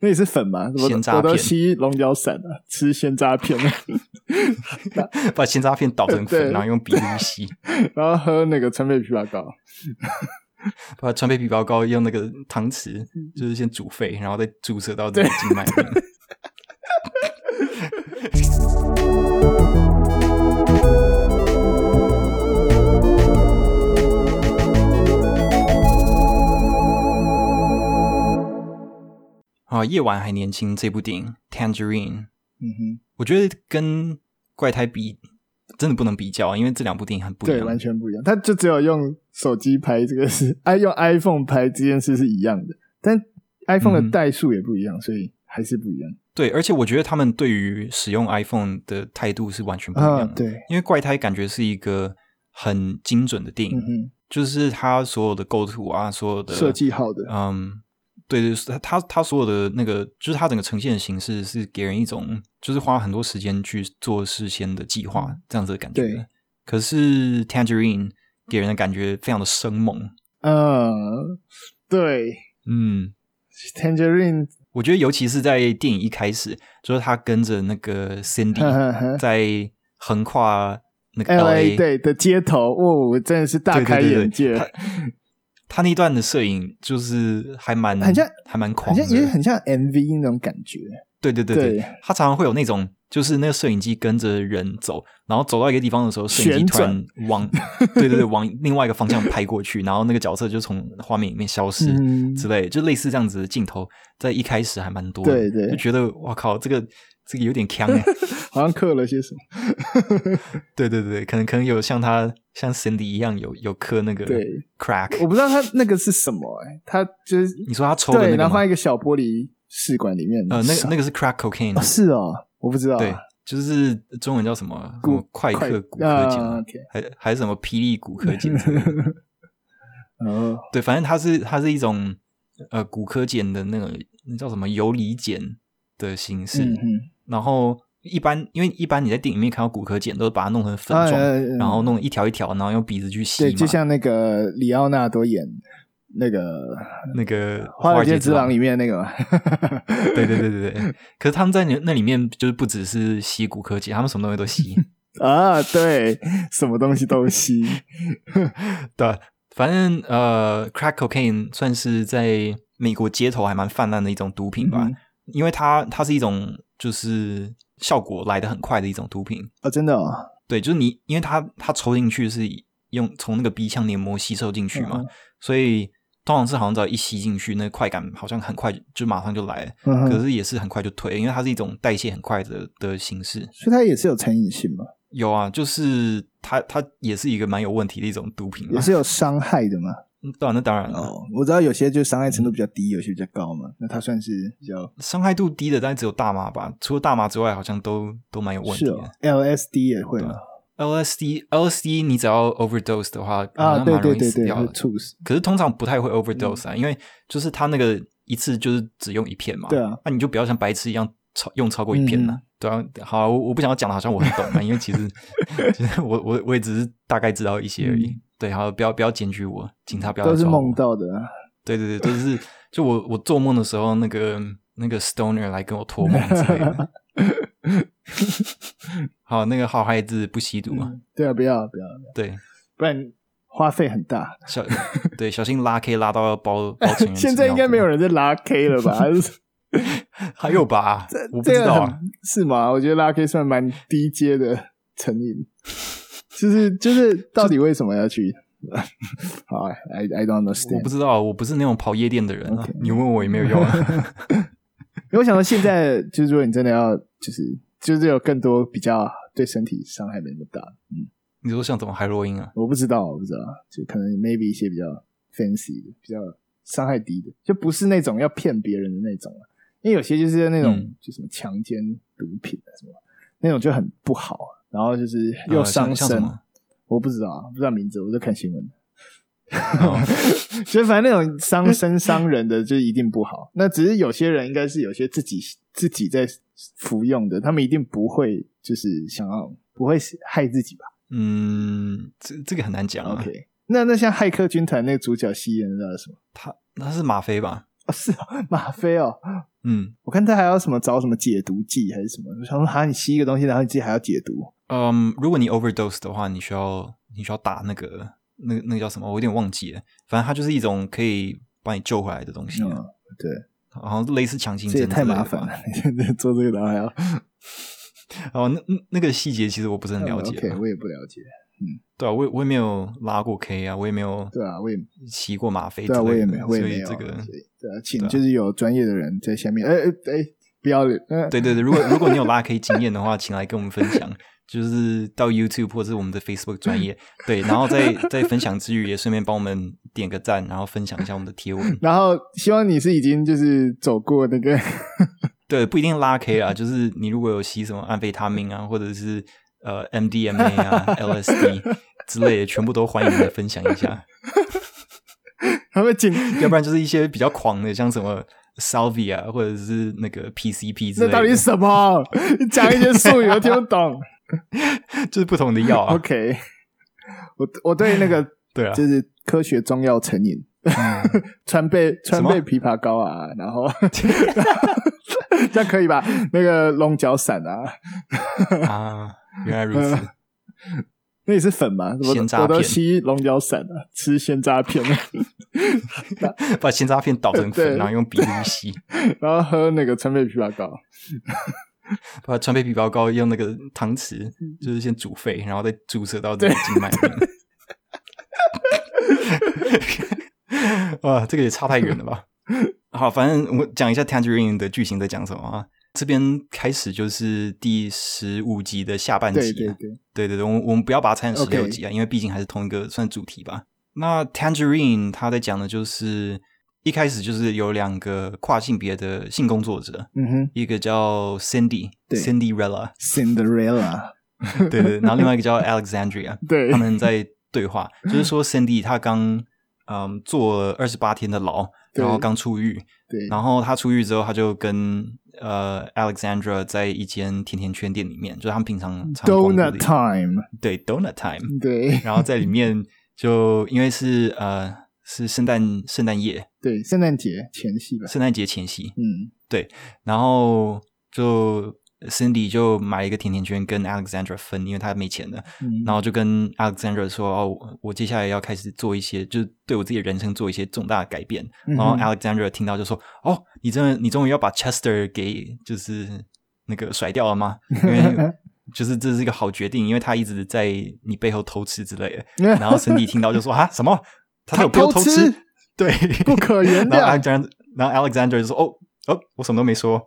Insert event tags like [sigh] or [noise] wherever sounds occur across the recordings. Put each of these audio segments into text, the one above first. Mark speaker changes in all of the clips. Speaker 1: 那也是粉嘛，我
Speaker 2: 鲜
Speaker 1: 都
Speaker 2: 渣
Speaker 1: 我都
Speaker 2: 片
Speaker 1: 吸龙角散了，吃鲜渣
Speaker 2: [laughs]
Speaker 1: 片了，
Speaker 2: 把鲜渣片捣成
Speaker 1: [laughs]
Speaker 2: 粉，
Speaker 1: 对
Speaker 2: 然后用比例吸，
Speaker 1: 然后喝那个川贝枇杷膏，
Speaker 2: 把川贝枇杷膏用那个汤匙，
Speaker 1: 嗯
Speaker 2: 就是先煮沸，然后再注射到这个静脉里面。 [laughs] 啊，夜晚还年轻这部电影《Tangerine》，
Speaker 1: 嗯哼，
Speaker 2: 我觉得跟怪胎比真的不能比较，因为这两部电影很不一
Speaker 1: 对，
Speaker 2: 样
Speaker 1: 完。全不一样。他就只有用手机拍这个 [laughs] 是，哎，用 iPhone 拍这件事是一样的，但 iPhone
Speaker 2: 嗯
Speaker 1: 的
Speaker 2: 哼
Speaker 1: 代数也不一样，所以还是不一样
Speaker 2: 对，而且我觉得他们对于使用 iPhone 的态度是完全不一
Speaker 1: 啊。
Speaker 2: 样的。
Speaker 1: 对，
Speaker 2: 因为怪胎感觉是一个很精准的电影，
Speaker 1: 嗯哼，
Speaker 2: 就是它所有的构图啊，所有的
Speaker 1: 设，计好的，
Speaker 2: 嗯，对对，是它它它所有的那个，就是它整个呈现的形式是给人一种就是花很多时间去做事先的计划这样子的感
Speaker 1: 对
Speaker 2: 觉。可是 Tangerine 给人的感觉非常的生猛，
Speaker 1: 嗯，对
Speaker 2: 嗯，
Speaker 1: ，Tangerine，
Speaker 2: 我觉得尤其是在电影一开始，就是他跟着那
Speaker 1: [laughs] 呵
Speaker 2: 个 Cindy
Speaker 1: 呵呵
Speaker 2: 在横跨那个
Speaker 1: LA 对的街头，哦，我真的是大
Speaker 2: 对对
Speaker 1: 开
Speaker 2: 对
Speaker 1: 眼界， [laughs]
Speaker 2: 对他他那段的摄影就是还蛮
Speaker 1: 很像
Speaker 2: 还蛮
Speaker 1: 好
Speaker 2: 狂
Speaker 1: 像也
Speaker 2: 的，
Speaker 1: 很像 MV 那种感觉。
Speaker 2: 对对对对，
Speaker 1: 对
Speaker 2: 他常常会有那种就是那个摄影机跟着人走，然后走到一个地方的时候，摄影机
Speaker 1: 旋
Speaker 2: 突
Speaker 1: 转
Speaker 2: 然
Speaker 1: [laughs]
Speaker 2: 往对对对往另外一个方向拍过去，然后那个角色就从画面里面消失。
Speaker 1: 嗯
Speaker 2: 之类的，就类似这样子的镜头，在一开始还蛮多的，
Speaker 1: 对对
Speaker 2: 就觉得哇靠，这个这个有点
Speaker 1: [laughs]
Speaker 2: 呛哎、
Speaker 1: 好像刻了些什么。
Speaker 2: 对对对，可能可能有像他像 Cindy 一样有有刻那个
Speaker 1: 对
Speaker 2: crack。
Speaker 1: 我不知道他那个是什么、欸，他就是
Speaker 2: 你说他抽的
Speaker 1: 对，
Speaker 2: 那
Speaker 1: 然
Speaker 2: 个
Speaker 1: 后
Speaker 2: 吗
Speaker 1: 放在一个小玻璃试管里面。
Speaker 2: 呃，那个那
Speaker 1: 个、
Speaker 2: 个是 crack cocaine，、啊
Speaker 1: 哦、是哦，我不知道。
Speaker 2: 对，就是中文叫什么
Speaker 1: 骨
Speaker 2: 什么快
Speaker 1: 快
Speaker 2: 克骨科碱、
Speaker 1: 啊
Speaker 2: 啊
Speaker 1: ，OK
Speaker 2: 还还是什么霹雳骨科碱之
Speaker 1: [laughs]
Speaker 2: 类的。
Speaker 1: 哦，
Speaker 2: 对，反正它是它是一种呃骨科碱的那个那叫什么游离碱的形式。
Speaker 1: 嗯哼，
Speaker 2: 然后一般因为一般你在电影里面看到骨科碱都是把它弄成粉
Speaker 1: 啊
Speaker 2: 状，
Speaker 1: 呃呃
Speaker 2: 然后弄一条一条，然后用鼻子去吸嘛。
Speaker 1: 对，就像那个里奥纳多演那个
Speaker 2: 那个
Speaker 1: 《华尔街之
Speaker 2: 之
Speaker 1: 狼》里面那个嘛， [laughs]
Speaker 2: 对对对对对，可是他们在那那里面就是不只是吸骨科技，他们什么东西
Speaker 1: [laughs]
Speaker 2: 都吸。
Speaker 1: 啊，对，什么东西都吸。
Speaker 2: 对，反正呃，crack cocaine 算是在美国街头还蛮泛滥的一种毒品吧，
Speaker 1: 嗯
Speaker 2: 因为它它是一种就是效果来得很快的一种毒品。
Speaker 1: 哦，真的哦，
Speaker 2: 对，就是你，因为它它抽进去是用从那个鼻腔黏膜吸收进去嘛，
Speaker 1: 嗯
Speaker 2: 所以通常是好像只要一吸进去，那快感好像很快就马上就来了，
Speaker 1: 嗯哼
Speaker 2: 可是也是很快就退，因为它是一种代谢很快的的形式。
Speaker 1: 所以它也是有成瘾性嘛，
Speaker 2: 有啊，就是它它也是一个蛮有问题的一种毒品嘛
Speaker 1: 也。是有伤害
Speaker 2: [laughs]
Speaker 1: 的嘛。
Speaker 2: 嗯当然，那当然了，
Speaker 1: 哦，我知道有些就伤害程度比较低，有些比较高嘛。那它算是比较
Speaker 2: 伤害度低的大概只有大麻吧，除了大麻之外，好像都都蛮有问
Speaker 1: 是
Speaker 2: 题的。
Speaker 1: 哦，LSD 也会嘛
Speaker 2: LSD LSD 你只要 overdose 的话，好
Speaker 1: 啊，
Speaker 2: 像
Speaker 1: 对
Speaker 2: 蛮
Speaker 1: 对
Speaker 2: 容易
Speaker 1: 对
Speaker 2: 死
Speaker 1: 对，
Speaker 2: 掉
Speaker 1: 会
Speaker 2: 的。
Speaker 1: 猝死。
Speaker 2: 可是通常不太
Speaker 1: 嗯
Speaker 2: 会 overdose 啊，因为就是它那个一次就是只用一片嘛。
Speaker 1: 对啊，
Speaker 2: 那你就不要像白痴一样超用超过一片了、
Speaker 1: 嗯
Speaker 2: 对啊，好啊，我我不想要讲的好像我很懂啊，因为其
Speaker 1: [laughs]
Speaker 2: 实其实我我我也只是大概知道一些而已。
Speaker 1: 嗯
Speaker 2: 对，好，不要不要检举我，警察不要来
Speaker 1: 都是
Speaker 2: 抓
Speaker 1: 梦
Speaker 2: 我
Speaker 1: 到的啊，
Speaker 2: 对对对，都是就我我做梦的时候，那个那个 stoner 来跟我托梦之
Speaker 1: [laughs]
Speaker 2: 类的。好，那个好孩子不吸毒啊，
Speaker 1: 嗯对啊，不要不要，
Speaker 2: 对，
Speaker 1: 不然花费很大。
Speaker 2: 小 [laughs] 对小心拉 K 拉到要包包成
Speaker 1: [laughs]
Speaker 2: 人。
Speaker 1: 现在应该没有，人在拉 K 了 [laughs] 吧？ [laughs]
Speaker 2: 还有吧？我不
Speaker 1: 这
Speaker 2: 知
Speaker 1: 个
Speaker 2: 道
Speaker 1: 很
Speaker 2: 啊，
Speaker 1: 是吗？我觉得拉 K 算蛮低阶的成瘾，就是 [laughs] 就是到底为什么要去？ [laughs] 好，I I don't
Speaker 2: 我
Speaker 1: understand
Speaker 2: 不。知道啊，我不是那种跑夜店的人啊
Speaker 1: OK
Speaker 2: 你问我也没有
Speaker 1: [laughs]
Speaker 2: 用啊。
Speaker 1: 因为我想到现在，就是如果你真的要，就是就是有更多比较对身体伤害没那么大，嗯，
Speaker 2: 你说像什么海洛因啊？
Speaker 1: 我不知道，我不知道，就可能 maybe 一些比较 fancy 的，比较伤害低的，就不是那种要骗别人的那种啊因为有些就是那种、
Speaker 2: 嗯
Speaker 1: 就什么强奸毒品啊什么，那种就很不好，啊然后就是又
Speaker 2: 呃像
Speaker 1: 伤
Speaker 2: 像什
Speaker 1: 身，
Speaker 2: 么
Speaker 1: 我不知道，啊，不知道名字，我就看新闻。 [laughs]
Speaker 2: 哦
Speaker 1: 所以反正那种伤身伤人的就一定不好。那只是有些人应该是有些自己自己在服用的，他们一定不会就是想要不会害自己吧
Speaker 2: 嗯，这这个很难讲啊。
Speaker 1: ？OK，那那像骇客军团那个主角吸烟的那是什么？ [laughs]
Speaker 2: 他那是吗啡吧？
Speaker 1: 哦是哦，吗啡哦，
Speaker 2: 嗯
Speaker 1: 我看他还要什么找什么解毒剂还是什么，我想说哈，你吸一个东西，然后你自己还要解毒，
Speaker 2: 嗯，如果你 overdose 的话，你需要你需要打那个那那个叫什么？我有点忘记了，反正它就是一种可以把你救回来的东西啊、
Speaker 1: 嗯对，
Speaker 2: 好像类似强心
Speaker 1: 这
Speaker 2: 针
Speaker 1: 也
Speaker 2: 之类的吧，
Speaker 1: 太麻烦了，做 [laughs] 这个然后还要
Speaker 2: 哦，那那那个细节其实我不是很了解，
Speaker 1: 嗯 OK，我也不了解，
Speaker 2: 对啊，我也我也没有拉过 K 啊，我也没有
Speaker 1: 对啊我也
Speaker 2: 骑过吗啡之
Speaker 1: 对啊，我也
Speaker 2: 类
Speaker 1: 没
Speaker 2: 的，
Speaker 1: 有，我
Speaker 2: 所
Speaker 1: 也没
Speaker 2: 以
Speaker 1: 有啊，
Speaker 2: 这个
Speaker 1: 所以对啊，请
Speaker 2: 对啊
Speaker 1: 就是有专业的人在下面，哎哎哎，不要脸，呃
Speaker 2: 对对对，如果如果你有拉 K 经验的话，请来跟我们分享，就是到 YouTube 或者是我们的 Facebook 专业，对，然后在在分享之余也顺便帮我们点个赞，然后分享一下我们的贴
Speaker 1: [laughs]
Speaker 2: 文。
Speaker 1: 然后希望你是已经就是走过那个
Speaker 2: 对，不一定拉 K 啊，就是你如果有吸什么安非他命啊，或者是呃 MDMA 啊、LSD
Speaker 1: [laughs]
Speaker 2: 之类的，全部都欢迎来分享一下。
Speaker 1: 他们警，
Speaker 2: 要不然就是一些比较狂的，像什么 Salvia 啊或者是那个 PCP 之类
Speaker 1: 那
Speaker 2: 的，
Speaker 1: 到底是什么？ [laughs] 你讲一些术语都听不
Speaker 2: [laughs]
Speaker 1: 懂。
Speaker 2: 就是不同的药啊。
Speaker 1: OK，我我对那个
Speaker 2: 对啊，嗯
Speaker 1: 就是科学中药成瘾， [laughs] 川贝川贝
Speaker 2: 什么
Speaker 1: 枇杷膏啊，然后 [laughs] 这样可以吧？那个龙角散啊，
Speaker 2: 啊，原来如此。
Speaker 1: [laughs] 那也是粉吗？我
Speaker 2: 鲜
Speaker 1: 都
Speaker 2: 榨
Speaker 1: 我都
Speaker 2: 片
Speaker 1: 吸龙角散啊，吃鲜榨片
Speaker 2: [laughs]
Speaker 1: 啊，
Speaker 2: 把鲜榨片捣成粉，
Speaker 1: 对
Speaker 2: 然后用笔滤吸，
Speaker 1: 然后喝那个川贝枇杷膏。
Speaker 2: 把川贝枇杷膏用那个汤匙，
Speaker 1: 嗯
Speaker 2: 就是先煮沸，然后再注射到这个静脉里
Speaker 1: [laughs]
Speaker 2: 面。哇，这个也差太远
Speaker 1: [laughs]
Speaker 2: 了吧！好，反正我讲一下《Tangerine》的剧情在讲什么啊。这边开始就是第十五集的下半集啊，
Speaker 1: 对对对，
Speaker 2: 对对对，我们我们不要把它拆成十
Speaker 1: OK
Speaker 2: 六集啊因为毕竟还是同一个算主题吧。那 Tangerine 他在讲的就是一开始就是有两个跨性别的性工作者，
Speaker 1: 嗯哼
Speaker 2: 一个叫 Cindy
Speaker 1: 对
Speaker 2: Cinderella，
Speaker 1: ，Cinderella，
Speaker 2: 对对对，然后另外一个叫
Speaker 1: [laughs]
Speaker 2: Alexandria，
Speaker 1: 对
Speaker 2: 他，们在对话，就是说 Cindy 她刚嗯坐了二十八天的牢，
Speaker 1: 对嗯
Speaker 2: 然后刚出狱，
Speaker 1: 对，
Speaker 2: 然后他出狱之后，他就跟呃 Alexandra 在一间甜甜圈店里面，就是他们平常常光顾的
Speaker 1: Donut
Speaker 2: 一
Speaker 1: Time，
Speaker 2: 对 Donut Time，
Speaker 1: 对
Speaker 2: 然后在里面就因为是呃是圣诞圣诞夜
Speaker 1: 对，圣诞节前夕吧，
Speaker 2: 圣诞节前夕，
Speaker 1: 嗯，
Speaker 2: 然后就 Cindy 就买了一个甜甜圈跟 Alexandra 分，因为她没钱了，
Speaker 1: 嗯
Speaker 2: 然后就跟 Alexandra 说哦，我我接下来要开始做一些，就是对我自己的人生做一些重大的改变。
Speaker 1: 嗯哼
Speaker 2: 然后 Alexandra 听到就说哦，你真的你终于要把 Chester 给就是那个甩掉了吗？因为
Speaker 1: [laughs]
Speaker 2: 就是这是一个好决定，因为他一直在你背后偷吃之类的。然
Speaker 1: [laughs]
Speaker 2: 后 Cindy 听到就说啊什么？他有被我
Speaker 1: 偷
Speaker 2: 偷
Speaker 1: 吃
Speaker 2: 吃？啊对， [laughs]
Speaker 1: 不可原
Speaker 2: 然后
Speaker 1: 谅
Speaker 2: Alexander，然后 Alexander 就说哦哦，我什么都没说。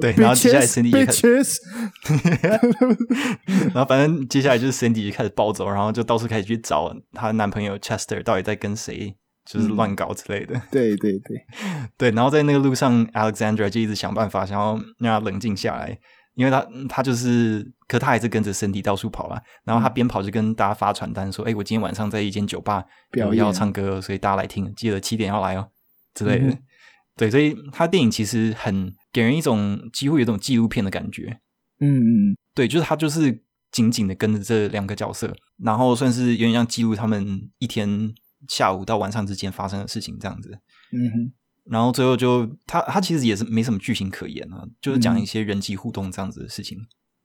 Speaker 2: 对，然后接下来 Cindy 就开始，
Speaker 1: bitches，
Speaker 2: 然后反正接下来就是 Cindy 就开始暴走，然后就到处开始去找她男朋友 Chester 到底在跟谁就是乱搞之类的。
Speaker 1: 对对对，
Speaker 2: 对，然后在那个路上，Alexandra 就一直想办法，想要让他冷静下来，因为他他就是，可他还是跟着 Cindy 到处跑啦。然后
Speaker 1: 嗯
Speaker 2: 他边跑就跟大家发传单说：“哎、我今天晚上在一间酒吧
Speaker 1: 表
Speaker 2: 有
Speaker 1: 演
Speaker 2: 要唱歌，哦所以大家来听，记得七点要来哦之类的。
Speaker 1: 嗯哼
Speaker 2: 对，所以他电影其实很给人一种几乎有一种纪录片的感觉。
Speaker 1: 嗯嗯，
Speaker 2: 对，就是他就是紧紧的跟着这两个角色，然后算是有点像记录他们一天下午到晚上之间发生的事情这样子。
Speaker 1: 嗯哼，
Speaker 2: 然后最后就他他其实也是没什么剧情可言啊，就是讲
Speaker 1: 嗯
Speaker 2: 一些人际互动这样子的事情。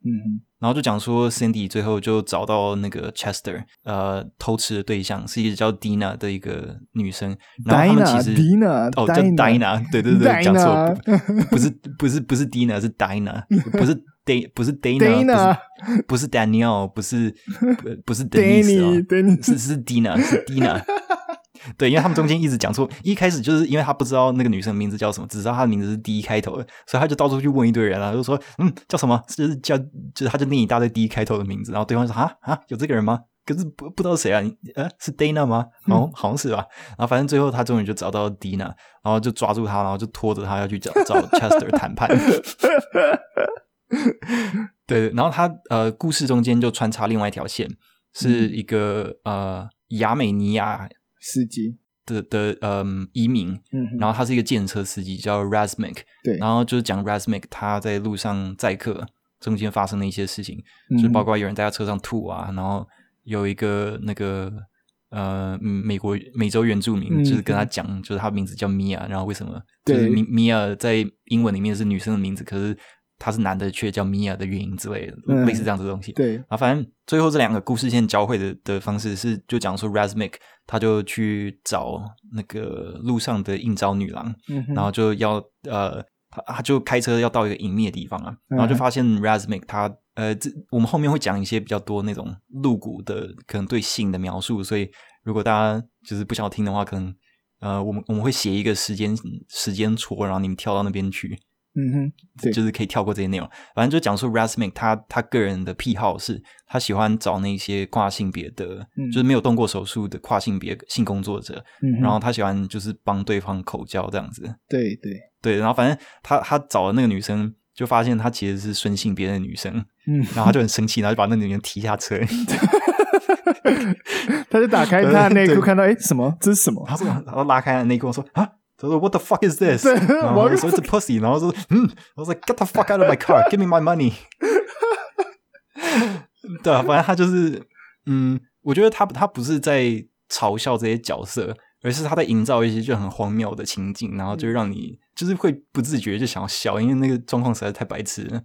Speaker 1: 嗯哼，
Speaker 2: 然后就讲说，Cindy 最后就找到那个 Chester，呃，偷吃的对象是一个叫 Dina 的一个女生。然后他们其实
Speaker 1: Dina，Dina，
Speaker 2: 哦，叫
Speaker 1: Dina
Speaker 2: Dina，对对对，讲错，
Speaker 1: Dina
Speaker 2: 不不是不是不是 Dina，是 Dina，不是 Day，不是
Speaker 1: [laughs] Dana
Speaker 2: Dana，不是不是 Daniel，不是不不是 Denise 哦
Speaker 1: Danny，Danny
Speaker 2: 是是 Dina，是 Dina。对，因为他们中间一直讲错，一开始就是因为他不知道那个女生名字叫什么，只知道她的名字是 D 开头的，所以他就到处去问一堆人啊，就说嗯叫什么，就是叫就是他就念一大堆 D 开头的名字，然后对方就说啊啊有这个人吗？可是不不知道谁啊，你呃是 Dana 吗？好像好像是吧。然后反正最后他终于就找到 Dina，然后就抓住他，然后就拖着他要去找找 Chester 谈判。对，然后他呃，故事中间就穿插另外一条线，是一个、呃亚美尼亚
Speaker 1: 司机，
Speaker 2: 的的嗯、移民，
Speaker 1: 嗯哼，
Speaker 2: 然后他是一个建车司机，叫 Razmik，
Speaker 1: 对
Speaker 2: 然后就是讲 Razmik 他在路上载客中间发生的一些事情，
Speaker 1: 嗯
Speaker 2: 就是包括有人在他车上吐啊，然后有一个那个呃嗯美国美洲原住民，
Speaker 1: 嗯
Speaker 2: 就是跟他讲，就是他名字叫米娅，然后为什么就
Speaker 1: 对
Speaker 2: 是米米娅在英文里面是女生的名字，可是他是男的却叫米娅的原因之类的，
Speaker 1: 嗯
Speaker 2: 类似这样子的东西。
Speaker 1: 对，
Speaker 2: 啊，反正最后这两个故事线交汇的的方式是，就讲说 Razmik 他就去找那个路上的应招女郎，
Speaker 1: 嗯哼
Speaker 2: 然后就要呃，他他就开车要到一个隐秘的地方啊，然后就
Speaker 1: 嗯
Speaker 2: 发现 Razmik 他呃，这我们后面会讲一些比较多那种露骨的，可能对性的描述，所以如果大家就是不想要听的话，可能呃，我们我们会写一个时间时间戳，然后你们跳到那边去，
Speaker 1: 嗯哼，对
Speaker 2: 就是可以跳过这些内容。反正就讲述 Rasmic 他他个人的癖好是，他喜欢找那些跨性别的，
Speaker 1: 嗯
Speaker 2: 就是没有动过手术的跨性别性工作者，
Speaker 1: 嗯哼，
Speaker 2: 然后他喜欢就是帮对方口交这样子。
Speaker 1: 对对，
Speaker 2: 对，然后反正他他找的那个女生。就发现她其实是顺性别的女生，
Speaker 1: 嗯，
Speaker 2: 然后他就很生气，然后就把那女人踢下车。
Speaker 1: 他就打开他的内
Speaker 2: [laughs] 对
Speaker 1: 裤，看到哎什么？这是什么？ [laughs]
Speaker 2: 他说，然后拉开了内裤，我说啊，他说 What the fuck is this？
Speaker 1: 对
Speaker 2: 然后
Speaker 1: 我
Speaker 2: 我说 It's a pussy，然后说嗯，我说 Get the fuck out of my car，give me my money。对啊，反正他就是嗯，我觉得他他不是在嘲笑这些角色，而是他在营造一些就很荒谬的情境，然后
Speaker 1: 嗯
Speaker 2: 就让你就是会不自觉就想要笑，因为那个状况实在太白痴了。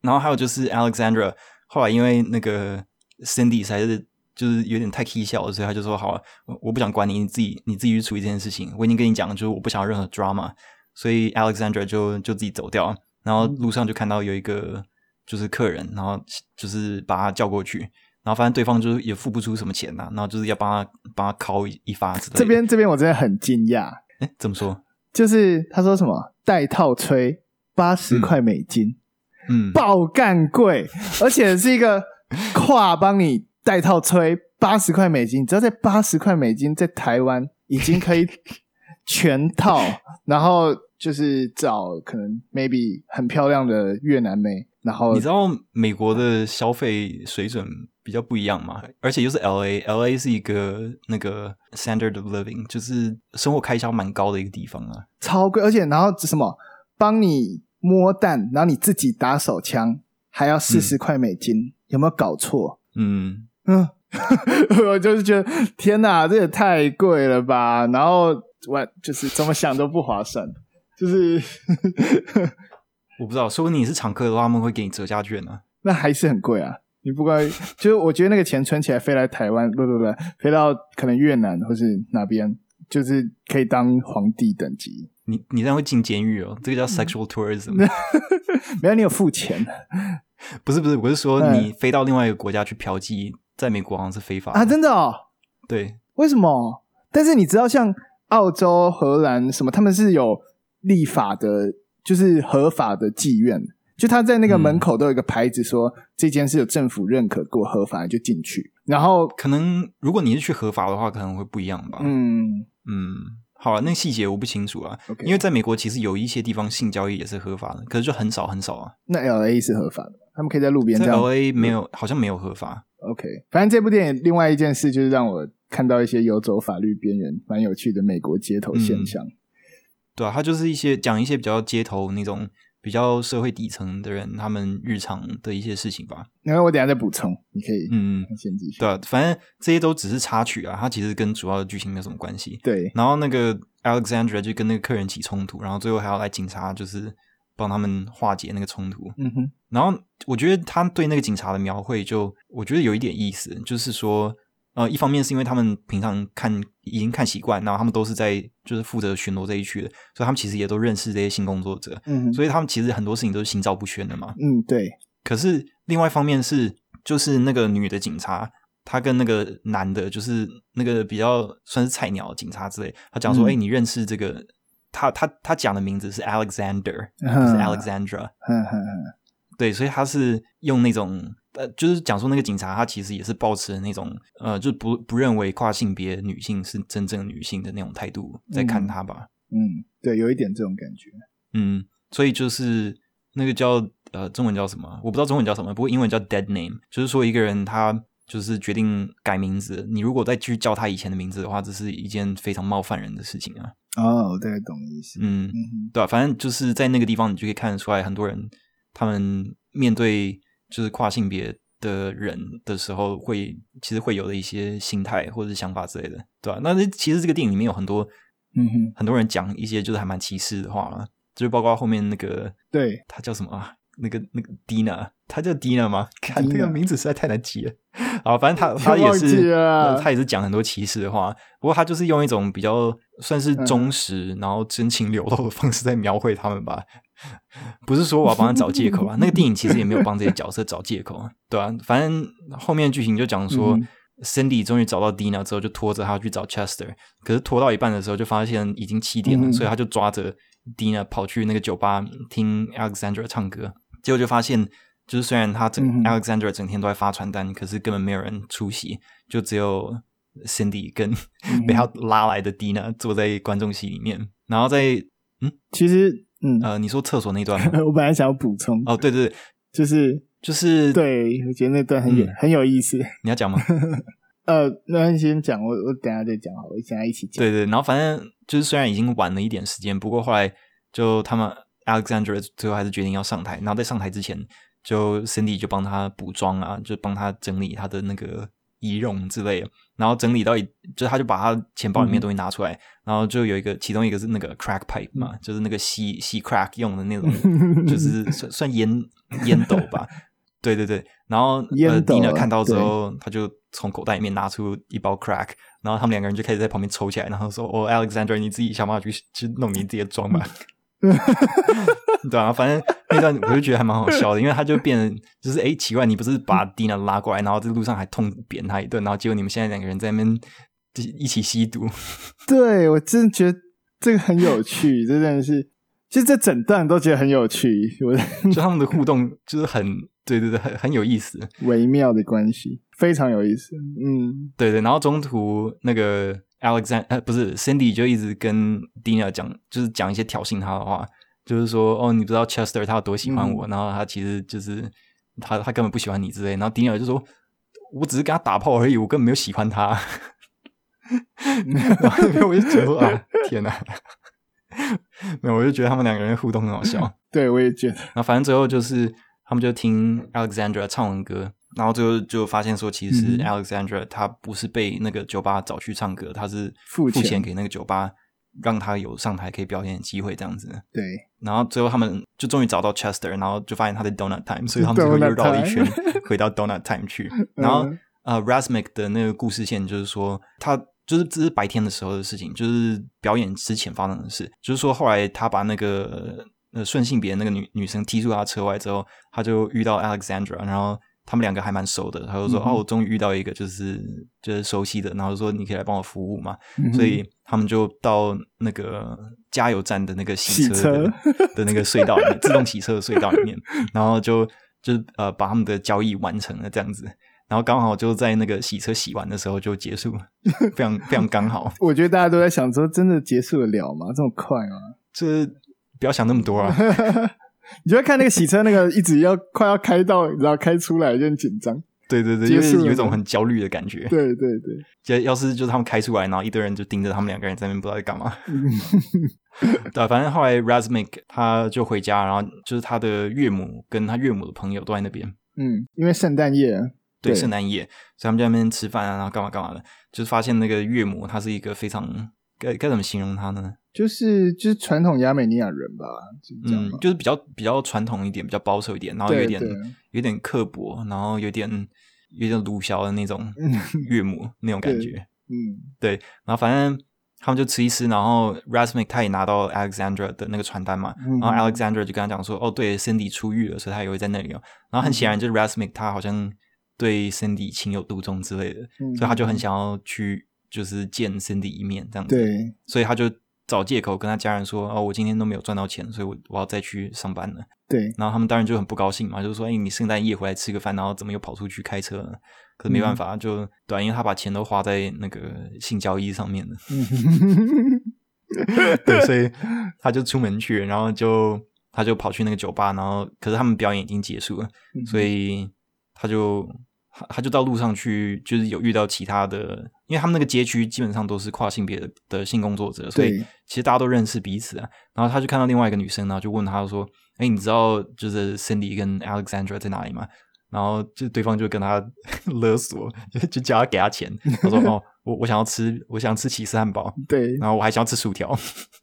Speaker 2: 然后还有就是 Alexandra，后来因为那个 Cindy 实在是就是有点太 k 笑了，所以他就说：“好、啊，我我不想管你，你自己你自己去处理这件事情。我已经跟你讲了，就是我不想要任何 drama。”所以 Alexandra 就就自己走掉，然
Speaker 1: 嗯
Speaker 2: 后路上就看到有一个就是客人，然后就是把他叫过去，然后发现对方就是也付不出什么钱呐、然后就是要帮他帮他敲一一发之类的。
Speaker 1: 这边这边我真的很惊讶，
Speaker 2: 哎怎么说？
Speaker 1: 就是他说什么带套吹八十
Speaker 2: 嗯
Speaker 1: 块美金，
Speaker 2: 嗯，
Speaker 1: 爆干贵，而且是一个跨帮你带套吹八十块美金，只要在八十块美金，在台湾已经可以全套，然后就是找可能 maybe 很漂亮的越南妹，然后
Speaker 2: 你知道美国的消费水准比较不一样嘛？而且又是 L A，L A 是一个那个 standard of living，就是生活开销蛮高的一个地方啊。
Speaker 1: 超贵，而且然后什么帮你摸蛋，然后你自己打手枪还要四十块美金，有没有搞错？
Speaker 2: 嗯，
Speaker 1: 嗯， [laughs] 我就是觉得天哪，这也太贵了吧！然后我就是怎么想都不划算，就是 [laughs]
Speaker 2: 我不知道，说不定你是常客的话，他们会给你折价券呢、啊。
Speaker 1: 那还是很贵啊。你不管，就是我觉得那个钱存起来飞来台湾，不不不，飞到可能越南或是哪边，就是可以当皇帝等级。 [laughs]
Speaker 2: 你你这样会进监狱哦，这个叫
Speaker 1: 嗯
Speaker 2: sexual tourism。
Speaker 1: 没有你有付钱
Speaker 2: [laughs] 不是不是，我是说
Speaker 1: 嗯
Speaker 2: 你飞到另外一个国家去嫖妓，在美国好像是非法的
Speaker 1: 啊？真的哦，
Speaker 2: 对，
Speaker 1: 为什么？但是你知道，像澳洲、荷兰什么，他们是有立法的，就是合法的妓院，就他在那个门口都有一个牌子说，这间是有政府认可过合法，你就进去。然后，
Speaker 2: 可能如果你是去合法的话，可能会不一样吧。
Speaker 1: 嗯
Speaker 2: 嗯，好了，那细节我不清楚啊。
Speaker 1: ，OK，
Speaker 2: 因为在美国，其实有一些地方性交易也是合法的，可是就很少很少啊。
Speaker 1: 那 L A 是合法的，他们可以在路边
Speaker 2: 在
Speaker 1: 这样
Speaker 2: L A 没有，好像没有合法。
Speaker 1: OK，反正这部电影另外一件事就是让我看到一些游走法律边缘、蛮有趣的美国街头现象。
Speaker 2: 嗯对啊，它就是一些讲一些比较街头那种比较社会底层的人他们日常的一些事情吧。
Speaker 1: 然后我等一下再补充，你可以
Speaker 2: 嗯，
Speaker 1: 先继续。
Speaker 2: 对啊，反正这些都只是插曲啊，它其实跟主要的剧情没有什么关系。
Speaker 1: 对
Speaker 2: 然后那个 Alexandra 就跟那个客人起冲突，然后最后还要来警察，就是帮他们化解那个冲突。
Speaker 1: 嗯哼，
Speaker 2: 然后我觉得他对那个警察的描绘就，我觉得有一点意思，就是说，呃，一方面是因为他们平常看已经看习惯，然后他们都是在就是负责巡逻这一区的，所以他们其实也都认识这些性工作者，
Speaker 1: 嗯哼，
Speaker 2: 所以他们其实很多事情都是心照不宣的嘛。
Speaker 1: 嗯，对，
Speaker 2: 可是另外一方面是，就是那个女的警察，她跟那个男的，就是那个比较算是菜鸟的警察之类，他讲说，
Speaker 1: 嗯
Speaker 2: 哎、你认识这个？他他他讲的名字是 Alexander，不是
Speaker 1: 嗯
Speaker 2: Alexandra，、
Speaker 1: 哼哼哼，
Speaker 2: 对，所以他是用那种呃，就是讲说那个警察他其实也是抱持那种呃，就不不认为跨性别女性是真正女性的那种态度在看
Speaker 1: 嗯
Speaker 2: 他吧。
Speaker 1: 嗯，对，有一点这种感觉。
Speaker 2: 嗯所以就是那个叫呃中文叫什么，我不知道中文叫什么，不过英文叫 dead name，就是说一个人他。就是决定改名字，你如果再去叫他以前的名字的话，这是一件非常冒犯人的事情啊。
Speaker 1: 哦，我大概懂你意思。
Speaker 2: 嗯，
Speaker 1: 嗯
Speaker 2: 对啊，反正就是在那个地方，你就可以看得出来，很多人他们面对就是跨性别的人的时候会，其实会有的一些心态或者是想法之类的，对吧、那那其实这个电影里面有很多
Speaker 1: 嗯哼，
Speaker 2: 很多人讲一些就是还蛮歧视的话嘛，就是包括后面那个
Speaker 1: 对，
Speaker 2: 他叫什么啊？那个那个 Dina，他叫 Dina 吗？看
Speaker 1: Dina
Speaker 2: 这个名字实在太难记了。好，
Speaker 1: [laughs]
Speaker 2: 反正他他也
Speaker 1: 忘记
Speaker 2: 是，
Speaker 1: 了
Speaker 2: 呃他也是讲很多歧视的话，不过他就是用一种比较算是忠实，
Speaker 1: 嗯
Speaker 2: 然后真情流露的方式在描绘他们吧。不是说我要帮他找
Speaker 1: [laughs]
Speaker 2: 借口啊，那个电影其实也没有帮这些角色找借口啊，对啊，反正后面剧情就讲说。
Speaker 1: 嗯
Speaker 2: Cindy 终于找到 Dina 之后，就拖着她去找 Chester，可是拖到一半的时候，就发现已经七点了，
Speaker 1: 嗯
Speaker 2: 所以他就抓着 Dina 跑去那个酒吧听 Alexandra 唱歌，结果就发现，就是虽然他整、
Speaker 1: 嗯哼
Speaker 2: Alexandra 整天都在发传单，可是根本没有人出席，就只有 Cindy 跟
Speaker 1: 嗯
Speaker 2: [laughs] 被他拉来的 Dina 坐在观众席里面，然后在
Speaker 1: 其实嗯，？
Speaker 2: 呃，你说厕所那段吗
Speaker 1: [laughs] 我本来想要补充，
Speaker 2: 哦，对对对，
Speaker 1: 就是
Speaker 2: 就是，
Speaker 1: 对，我觉得那段很有、
Speaker 2: 嗯
Speaker 1: 很有意思。
Speaker 2: 你要讲吗？
Speaker 1: 呃，那你先讲，我我等一下再讲好了，我等一下一起讲。
Speaker 2: 对对，然后反正就是虽然已经晚了一点时间，不过后来就他们 Alexandra 最后还是决定要上台，然后在上台之前，就 Cindy 就帮他补妆啊，就帮他整理他的那个仪容之类的，然后整理到一，就是他就把他钱包里面的东西拿出来，然后就有一个其中一个是那个 crack pipe 嘛，就是那个吸吸 crack 用的那种就是算算烟烟斗吧。对对对，然后呃
Speaker 1: 烟斗
Speaker 2: ，Dina
Speaker 1: 啊
Speaker 2: 看到之
Speaker 1: 对
Speaker 2: 后，他就从口袋里面拿出一包 crack，然后他们两个人就开始在旁边抽起来，然后说：“哦，Alexander，你自己想办法去去弄你自己的妆吧。”对啊，反正那段我就觉得还蛮好笑的，因为他就变成就是哎、诶奇怪，你不是把 Dina 拉过来，然后在路上还痛扁他一顿，然后结果你们现在两个人在那边就是一起吸毒，
Speaker 1: 对我真的觉得这个很有 [laughs] 趣，这真的是，其实这整段都觉得很有趣，我的 [laughs]
Speaker 2: 就他们的互动就是很对对对，很很有意思。
Speaker 1: 微妙的关系非常有意思。嗯，
Speaker 2: 对对，然后中途那个 Alexand 呃不是 Cindy 就一直跟 Dina 讲，就是讲一些挑衅他的话，就是说哦你不知道 Chester 他有多喜欢我，然后他其实就是他他根本不喜欢你之类，然后 Dina 就说我只是跟他打炮而已，我根本没有喜欢他， [laughs] 然后我就觉得说啊天哪， [laughs] 没有我就觉得他们两个人互动很好笑。
Speaker 1: 对我也觉得，
Speaker 2: 然后反正最后就是他们就听 Alexandra 唱完歌，然后最后就发现说，其实
Speaker 1: 嗯
Speaker 2: Alexandra 她不是被那个酒吧找去唱歌，她是
Speaker 1: 付钱
Speaker 2: 给那个酒吧，让她有上台可以表演的机会这样子。
Speaker 1: 对，
Speaker 2: 然后最后他们就终于找到 Chester，然后就发现他在 Donut Time，所以他们最后又
Speaker 1: Donut
Speaker 2: 绕了一圈
Speaker 1: Time
Speaker 2: 回到 Donut Time 去。然后
Speaker 1: 嗯
Speaker 2: 呃，Rasmic 的那个故事线就是说，他就是这是白天的时候的事情，就是表演之前发生的事。就是说后来他把那个呃顺性别那个女女生踢出他车外之后，他就遇到 Alexandra，然后。他们两个还蛮熟的，他就说：“
Speaker 1: 嗯
Speaker 2: 哦，
Speaker 1: 哼
Speaker 2: 我终于遇到一个就是就是熟悉的，然后说你可以来帮我服务嘛。”
Speaker 1: 嗯哼
Speaker 2: 所以他们就到那个加油站的那个洗
Speaker 1: 洗
Speaker 2: 车
Speaker 1: 车
Speaker 2: 的的那个隧道里面，自动洗车的隧道里面，然后就就是呃把他们的交易完成了这样子，然后刚好就在那个洗车洗完的时候就结束，非常非常刚好，
Speaker 1: 我觉得大家都在想说，真的结束得了吗？这么快吗？
Speaker 2: 这不要想那么多啊，
Speaker 1: [laughs] 你就会看那个洗车那个一直要快要开到，然后开出来就很紧张。
Speaker 2: 对对对，
Speaker 1: 结
Speaker 2: 就
Speaker 1: 束
Speaker 2: 是
Speaker 1: 了
Speaker 2: 有一种很焦虑的感觉。
Speaker 1: 对对对，
Speaker 2: 就要是就是他们开出来，然后一堆人就盯着他们两个人在那边不知道在干嘛。
Speaker 1: 嗯
Speaker 2: 对，啊反正后来 Rasmic 他就回家，然后就是他的岳母跟他岳母的朋友都在那边。
Speaker 1: 嗯，因为圣诞夜，对
Speaker 2: 对圣诞夜，所以他们在那边吃饭啊，然后干嘛干嘛的，就是发现那个岳母她是一个非常该该怎么形容她呢？
Speaker 1: 就是就是传统亚美尼亚人吧，是这样
Speaker 2: 嗯
Speaker 1: 吗，？
Speaker 2: 就是比较比较传统一点，比较保守一点，然后有
Speaker 1: 对
Speaker 2: 点
Speaker 1: 对
Speaker 2: 有点刻薄，然后有点有点鲁小的那种
Speaker 1: 嗯
Speaker 2: 岳母那种感
Speaker 1: 对
Speaker 2: 觉。
Speaker 1: 嗯
Speaker 2: 然后反正他们就吃一吃，然后 Rasmic 他也拿到 Alexandra 的那个传单嘛，
Speaker 1: 嗯
Speaker 2: 然后 Alexandra 就跟他讲说，哦，对，Cindy 出狱了，所以他也会在那里
Speaker 1: 嗯
Speaker 2: 哦。然后很显然就是 Rasmic 他好像对 Cindy 情有独钟之类的，
Speaker 1: 嗯
Speaker 2: 所以他就很想要去就是见 Cindy 一面这样子，，
Speaker 1: 对，
Speaker 2: 所以他就找借口跟他家人说，哦，我今天都没有赚到钱，所以我我要再去上班了。
Speaker 1: 对，
Speaker 2: 然后他们当然就很不高兴嘛，就是说，哎，你圣诞夜回来吃个饭，然后怎么又跑出去开车了？可是没办法，就对啊、因为他把钱都花在那个性交易上面了。
Speaker 1: 嗯
Speaker 2: [laughs] 对，所以他就出门去，然后就他就跑去那个酒吧，然后可是他们表演已经结束了，
Speaker 1: 嗯
Speaker 2: 所以他就他他就到路上去，就是有遇到其他的，因为他们那个街区基本上都是跨性别的的性工作者，所以
Speaker 1: 对
Speaker 2: 其实大家都认识彼此啊。然后他就看到另外一个女生，然后就问她说：“哎，你知道就是 Cindy 跟 Alexandra 在哪里吗？”然后就对方就跟他 [laughs] 勒索，就就叫他给他钱。他说：“哦，我我想要吃，我想吃起司汉堡，
Speaker 1: 对，
Speaker 2: 然后我还想要吃薯条。”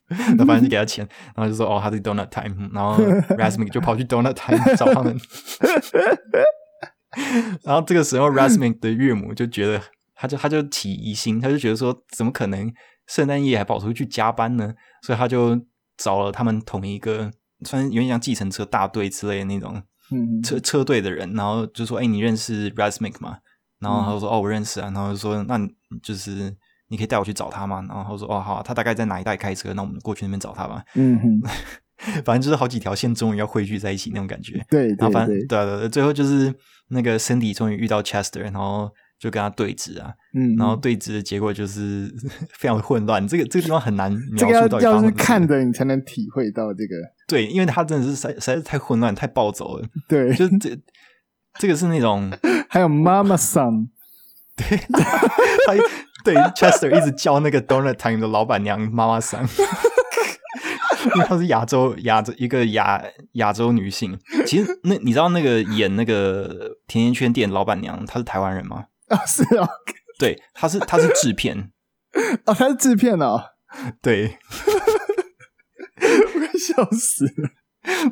Speaker 2: [laughs] 那反正就给他钱，然后就说：“哦，他是 donut time。嗯”然后 Rasmin 就跑去 donut time 找他们。然后这个时候 Rasmin 的岳母就觉得，他就他就起疑心，他就觉得说，怎么可能圣诞夜还跑出去加班呢？所以他就找了他们同一个，算是有点像计程车大队之类的那种
Speaker 1: 嗯，
Speaker 2: 车车队的人，然后就说：“哎、你认识 Rasmic 吗？”然后
Speaker 1: 嗯
Speaker 2: 他就说：“哦，我认识啊。”然后就说：“那你就是你可以带我去找他吗？”然后他说：“哦，好啊、他大概在哪一带开车？那我们过去那边找他吧。 [laughs]
Speaker 1: 嗯哼，”
Speaker 2: 反正就是好几条线终于要汇聚在一起那种感觉。
Speaker 1: [laughs] 对
Speaker 2: 然
Speaker 1: 对
Speaker 2: 后反正
Speaker 1: 对，
Speaker 2: 对啊对对，最后就是那个 Cindy 终于遇到 Chester，然后就跟他对峙啊，
Speaker 1: 嗯，
Speaker 2: 然后对峙的结果就是 [laughs] 非常的混乱。这个这个地方很难
Speaker 1: 这
Speaker 2: 描
Speaker 1: 个
Speaker 2: 述
Speaker 1: 要
Speaker 2: 到底发
Speaker 1: 要
Speaker 2: 生
Speaker 1: 是
Speaker 2: 了什么
Speaker 1: 看的你才能体会到这个，
Speaker 2: 对，因为他真的是实在实在是太混乱、太暴走了，
Speaker 1: 对，
Speaker 2: 就是这 [laughs] 这个是那种。
Speaker 1: 还有妈妈桑， [laughs]
Speaker 2: 他 [laughs] 对 Chester 一直叫那个 Donut Time 的老板娘妈妈桑， [laughs] 因为她是亚洲亚洲一个亚亚洲女性。其实那你知道那个演那个甜甜圈店老板娘她是台湾人吗？
Speaker 1: 啊是哦，
Speaker 2: 对，她是她是制片，
Speaker 1: 哦他是制片哦， [laughs]
Speaker 2: 对，
Speaker 1: 我快笑死了，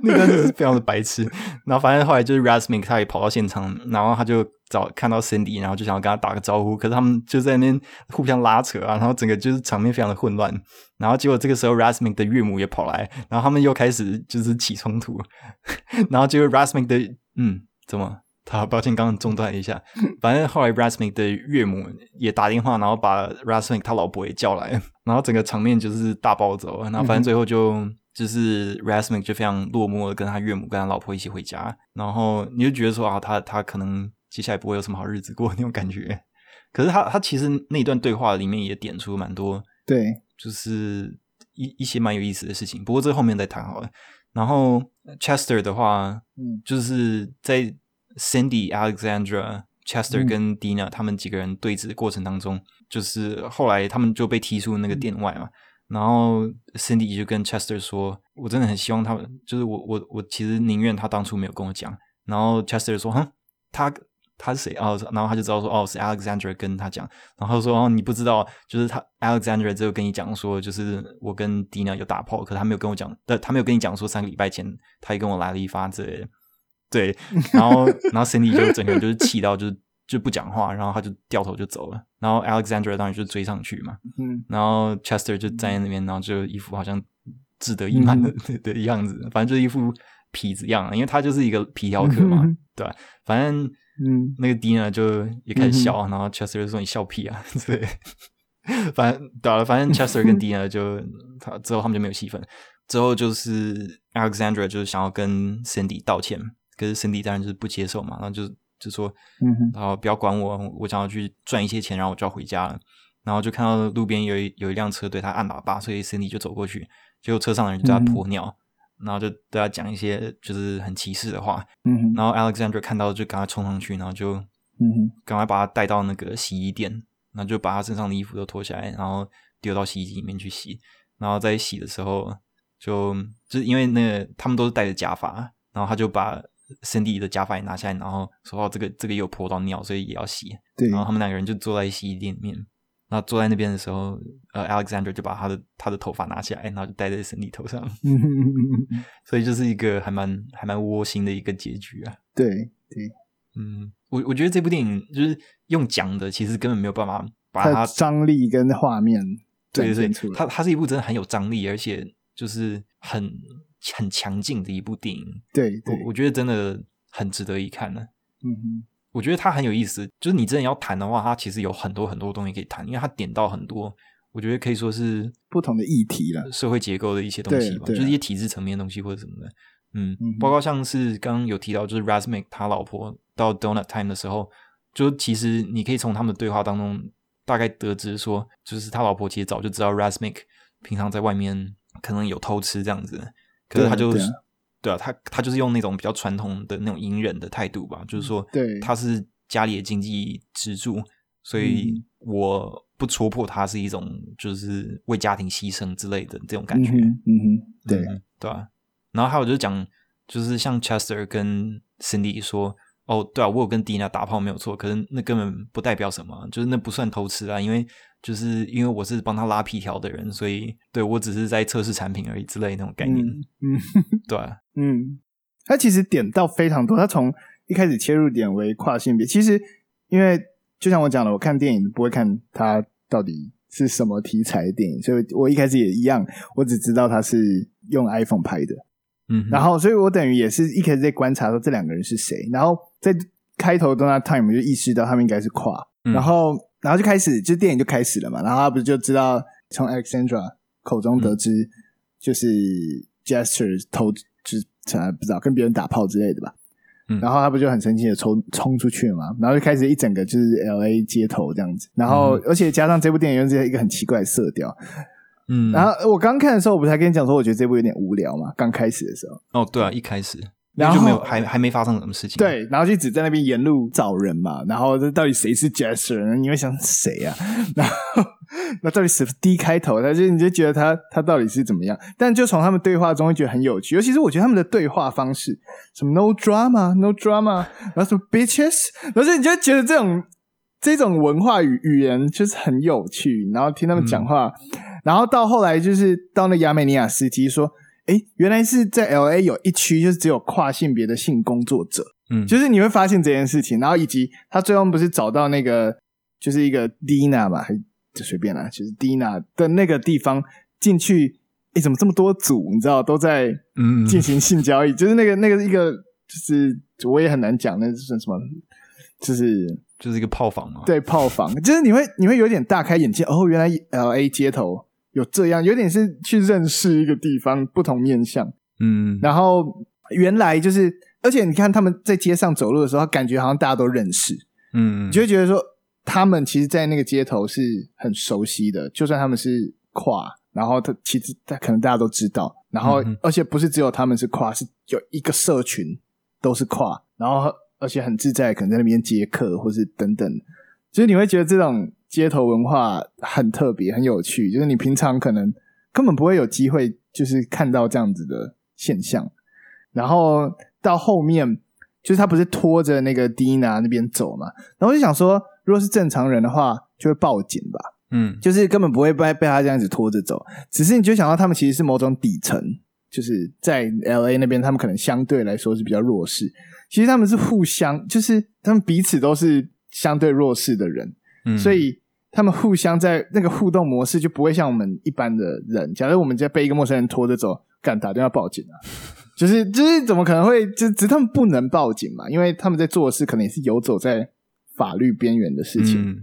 Speaker 2: 那个真的是非常的白痴。然后反正后来就是 Rasmin 他也跑到现场，然后他就找看到 Cindy，然后就想要跟他打个招呼，可是他们就在那边互相拉扯啊，然后整个就是场面非常的混乱。然后结果这个时候 Rasmin 的岳母也跑来，然后他们又开始就是起冲突， [laughs] 然后结果 Rasmin 的嗯怎么？好，抱歉，刚刚中断一下。反正后来 Rasmin 的岳母也打电话，然后把 Rasmin 他老婆也叫来，然后整个场面就是大暴走。然后反正最后就、就是 Rasmin 就非常落寞的跟他岳母跟他老婆一起回家，然后你就觉得说啊，他他可能接下来不会有什么好日子过那种感觉。可是他他其实那一段对话里面也点出蛮多
Speaker 1: 对，
Speaker 2: 就是一一些蛮有意思的事情。不过这后面再谈好了。然后 Chester 的话，
Speaker 1: 嗯
Speaker 2: 就是在 Cindy、Alexandra、Chester
Speaker 1: 嗯
Speaker 2: 跟 Dina 他们几个人对峙的过程当中，就是后来他们就被踢出那
Speaker 1: 嗯
Speaker 2: 个店外嘛。然后 Cindy 就跟 Chester 说：“我真的很希望他们，就是我我我其实宁愿他当初没有跟我讲。”然后 Chester 说：“哼，他他是谁哦，然后他就知道说：“哦，是 Alexandra 跟他讲。”然后说：“哦，你不知道，就是他 Alexandra 只有跟你讲说，就是我跟 Dina 有打炮，可他没有跟我讲，但他没有跟你讲说三个礼拜前他也跟我来了一发之类的。”对，然后然后 Cindy 就整个人就是气到就是就不讲话，然后他就掉头就走了。然后 Alexandra 当然就追上去嘛，
Speaker 1: 嗯
Speaker 2: 然后 Chester 就站在那边，然后就一副好像志得意满的、 [laughs] 的样子，反正就是一副痞子样啊，因为他就是一个皮条客嘛，
Speaker 1: 嗯
Speaker 2: 对吧、反正
Speaker 1: 嗯
Speaker 2: 那个 Dina 就也开始笑，然后 Chester 就说你笑屁啊之类的。 [laughs] 反正对了，反正 Chester 跟 Dina 就他之后他们就没有戏份。之后就是 Alexandra 就是想要跟 Cindy 道歉，可是 Cindy 当然就是不接受嘛，然后就就说
Speaker 1: 嗯哼，
Speaker 2: 然后不要管我，我想要去赚一些钱，然后我就要回家了。然后就看到路边有一有一辆车对他按喇叭，所以 Cindy 就走过去，结果车上的人就对他泼尿，然后就对他讲一些就是很歧视的话。
Speaker 1: 嗯哼，
Speaker 2: 然后 Alexander 看到就赶快冲上去，然后就
Speaker 1: 嗯哼，
Speaker 2: 赶快把他带到那个洗衣店，然后就把他身上的衣服都脱下来，然后丢到洗衣机里面去洗。然后在洗的时候，就就是因为那个他们都是戴着假发，然后他就把 Cindy 的假发也拿下来，然后说哦这个这个也有泼到尿，所以也要洗。
Speaker 1: 对
Speaker 2: 然，后他们两个人就坐在洗衣店里面。然后坐在那边的时候，呃，Alexander 就把他的他的头发拿下来，然后就戴在 Cindy 头上，
Speaker 1: 嗯哼嗯哼，嗯哼
Speaker 2: 所以就是一个还蛮还蛮窝心的一个结局啊。
Speaker 1: [laughs] 对，
Speaker 2: 嗯，我我觉得这部电影就是用讲的，其实根本没有办法把
Speaker 1: 它
Speaker 2: 它
Speaker 1: 的张力跟画面
Speaker 2: 对
Speaker 1: 展
Speaker 2: 对
Speaker 1: 现出
Speaker 2: 对，
Speaker 1: 来，
Speaker 2: 它它是一部真的很有张力，而且就是很很强劲的一部电影。
Speaker 1: 对对，
Speaker 2: 我我觉得真的很值得一看呢、
Speaker 1: 嗯哼，
Speaker 2: 我觉得它很有意思，就是你真的要谈的话，它其实有很多很多东西可以谈，因为它点到很多，我觉得可以说是
Speaker 1: 不同的议题了，
Speaker 2: 社会结构的一些东西吧，
Speaker 1: 对对啊
Speaker 2: 就是一些体制层面的东西或者什么的。嗯，
Speaker 1: 嗯哼
Speaker 2: 包括像是刚刚有提到，就是 Rasmic 他老婆到 Donut Time 的时候，就其实你可以从他们的对话当中大概得知说，就是他老婆其实早就知道 Rasmic 平常在外面可能有偷吃这样子，可是他就
Speaker 1: 对
Speaker 2: 是
Speaker 1: 啊
Speaker 2: 对啊，他他就是用那种比较传统的那种隐忍的态度吧，就是说，
Speaker 1: 对
Speaker 2: 他是家里的经济支柱，所以
Speaker 1: 嗯
Speaker 2: 我不戳破他是一种就是为家庭牺牲之类的这种感
Speaker 1: 嗯
Speaker 2: 觉，
Speaker 1: 哼，嗯哼，对，
Speaker 2: 嗯对啊。然后还有就是讲，就是像 Chester 跟 Cindy 说，哦，对啊，我有跟迪娜打炮没有错，可是那根本不代表什么，啊就是那不算偷吃啊，因为就是因为我是帮他拉皮条的人，所以对我只是在测试产品而已之类那种概念，
Speaker 1: 嗯
Speaker 2: 对啊，
Speaker 1: 嗯，他其实点到非常多，他从一开始切入点为跨性别，其实因为就像我讲的，我看电影不会看它到底是什么题材的电影，所以我一开始也一样，我只知道它是用 iPhone 拍的，
Speaker 2: 嗯哼，
Speaker 1: 然后所以我等于也是一开始在观察说这两个人是谁，然后在开头 Donut Time 我就意识到他们应该是跨，
Speaker 2: 嗯
Speaker 1: 然后然后就开始就电影就开始了嘛，然后他不是就知道从 Alexandra 口中得知、
Speaker 2: 嗯
Speaker 1: 就是 Gesture 投就是呃不知道跟别人打炮之类的吧，
Speaker 2: 嗯
Speaker 1: 然后他不就很生气的冲冲出去了嘛，然后就开始一整个就是 L A 街头这样子，然后、
Speaker 2: 嗯
Speaker 1: 而且加上这部电影又是一个很奇怪的色调，
Speaker 2: 嗯，
Speaker 1: 然后呃我刚看的时候我不是还跟你讲说我觉得这部有点无聊嘛，刚开始的时候。
Speaker 2: 哦，对啊，一开始，
Speaker 1: 然后
Speaker 2: 因为就没有还还没发生什么事情，，
Speaker 1: 对，然后就只在那边沿路找人嘛，然后这到底谁是 Jester？你会想谁呀、 [laughs] 然后那到底是 D 开头，他就你就觉得他他到底是怎么样？但就从他们对话中会觉得很有趣，尤其是我觉得他们的对话方式，什么 No drama, No drama，然后什么 Bitches，然后你就会觉得这种这种文化语语言就是很有趣，然后听他们讲话，然后到后来就是到那亚美尼亚斯基说。诶，原来是在 L A 有一区就是只有跨性别的性工作者，
Speaker 2: 嗯，
Speaker 1: 就是你会发现这件事情，然后以及他最后不是找到那个就是一个 Dina 嘛，还就随便啦，就是 Dina 的那个地方进去，诶，怎么这么多组？你知道都在
Speaker 2: 嗯，
Speaker 1: 进行性交易，就是那个那个一个就是我也很难讲，那是什么？就是
Speaker 2: 就是一个炮房嘛，，
Speaker 1: 对炮房，就是你会你会有点大开眼界，哦，原来 L A 街头有这样，有点是去认识一个地方不同面向。
Speaker 2: 嗯，
Speaker 1: 然后原来就是，而且你看他们在街上走路的时候，感觉好像大家都认识，
Speaker 2: 嗯，
Speaker 1: 你就会觉得说他们其实，在那个街头是很熟悉的，就算他们是跨，然后他其实他可能大家都知道，然后、
Speaker 2: 嗯哼
Speaker 1: 而且不是只有他们是跨，是有一个社群都是跨，然后而且很自在，可能在那边接客或是等等，就是你会觉得这种街头文化很特别、很有趣，就是你平常可能根本不会有机会，就是看到这样子的现象。然后到后面，就是他不是拖着那个迪娜那边走嘛，然后我就想说，如果是正常人的话，就会报警吧，
Speaker 2: 嗯
Speaker 1: 就是根本不会被被他这样子拖着走。只是你就想到他们其实是某种底层，就是在 L A 那边，他们可能相对来说是比较弱势。其实他们是互相，就是他们彼此都是相对弱势的人，
Speaker 2: 嗯，
Speaker 1: 所以他们互相在那个互动模式就不会像我们一般的人，假如我们在被一个陌生人拖着走，敢打电话报警啊？ [laughs] 就是就是怎么可能会？就只是他们不能报警嘛，因为他们在做的事可能也是游走在法律边缘的事情，
Speaker 2: 嗯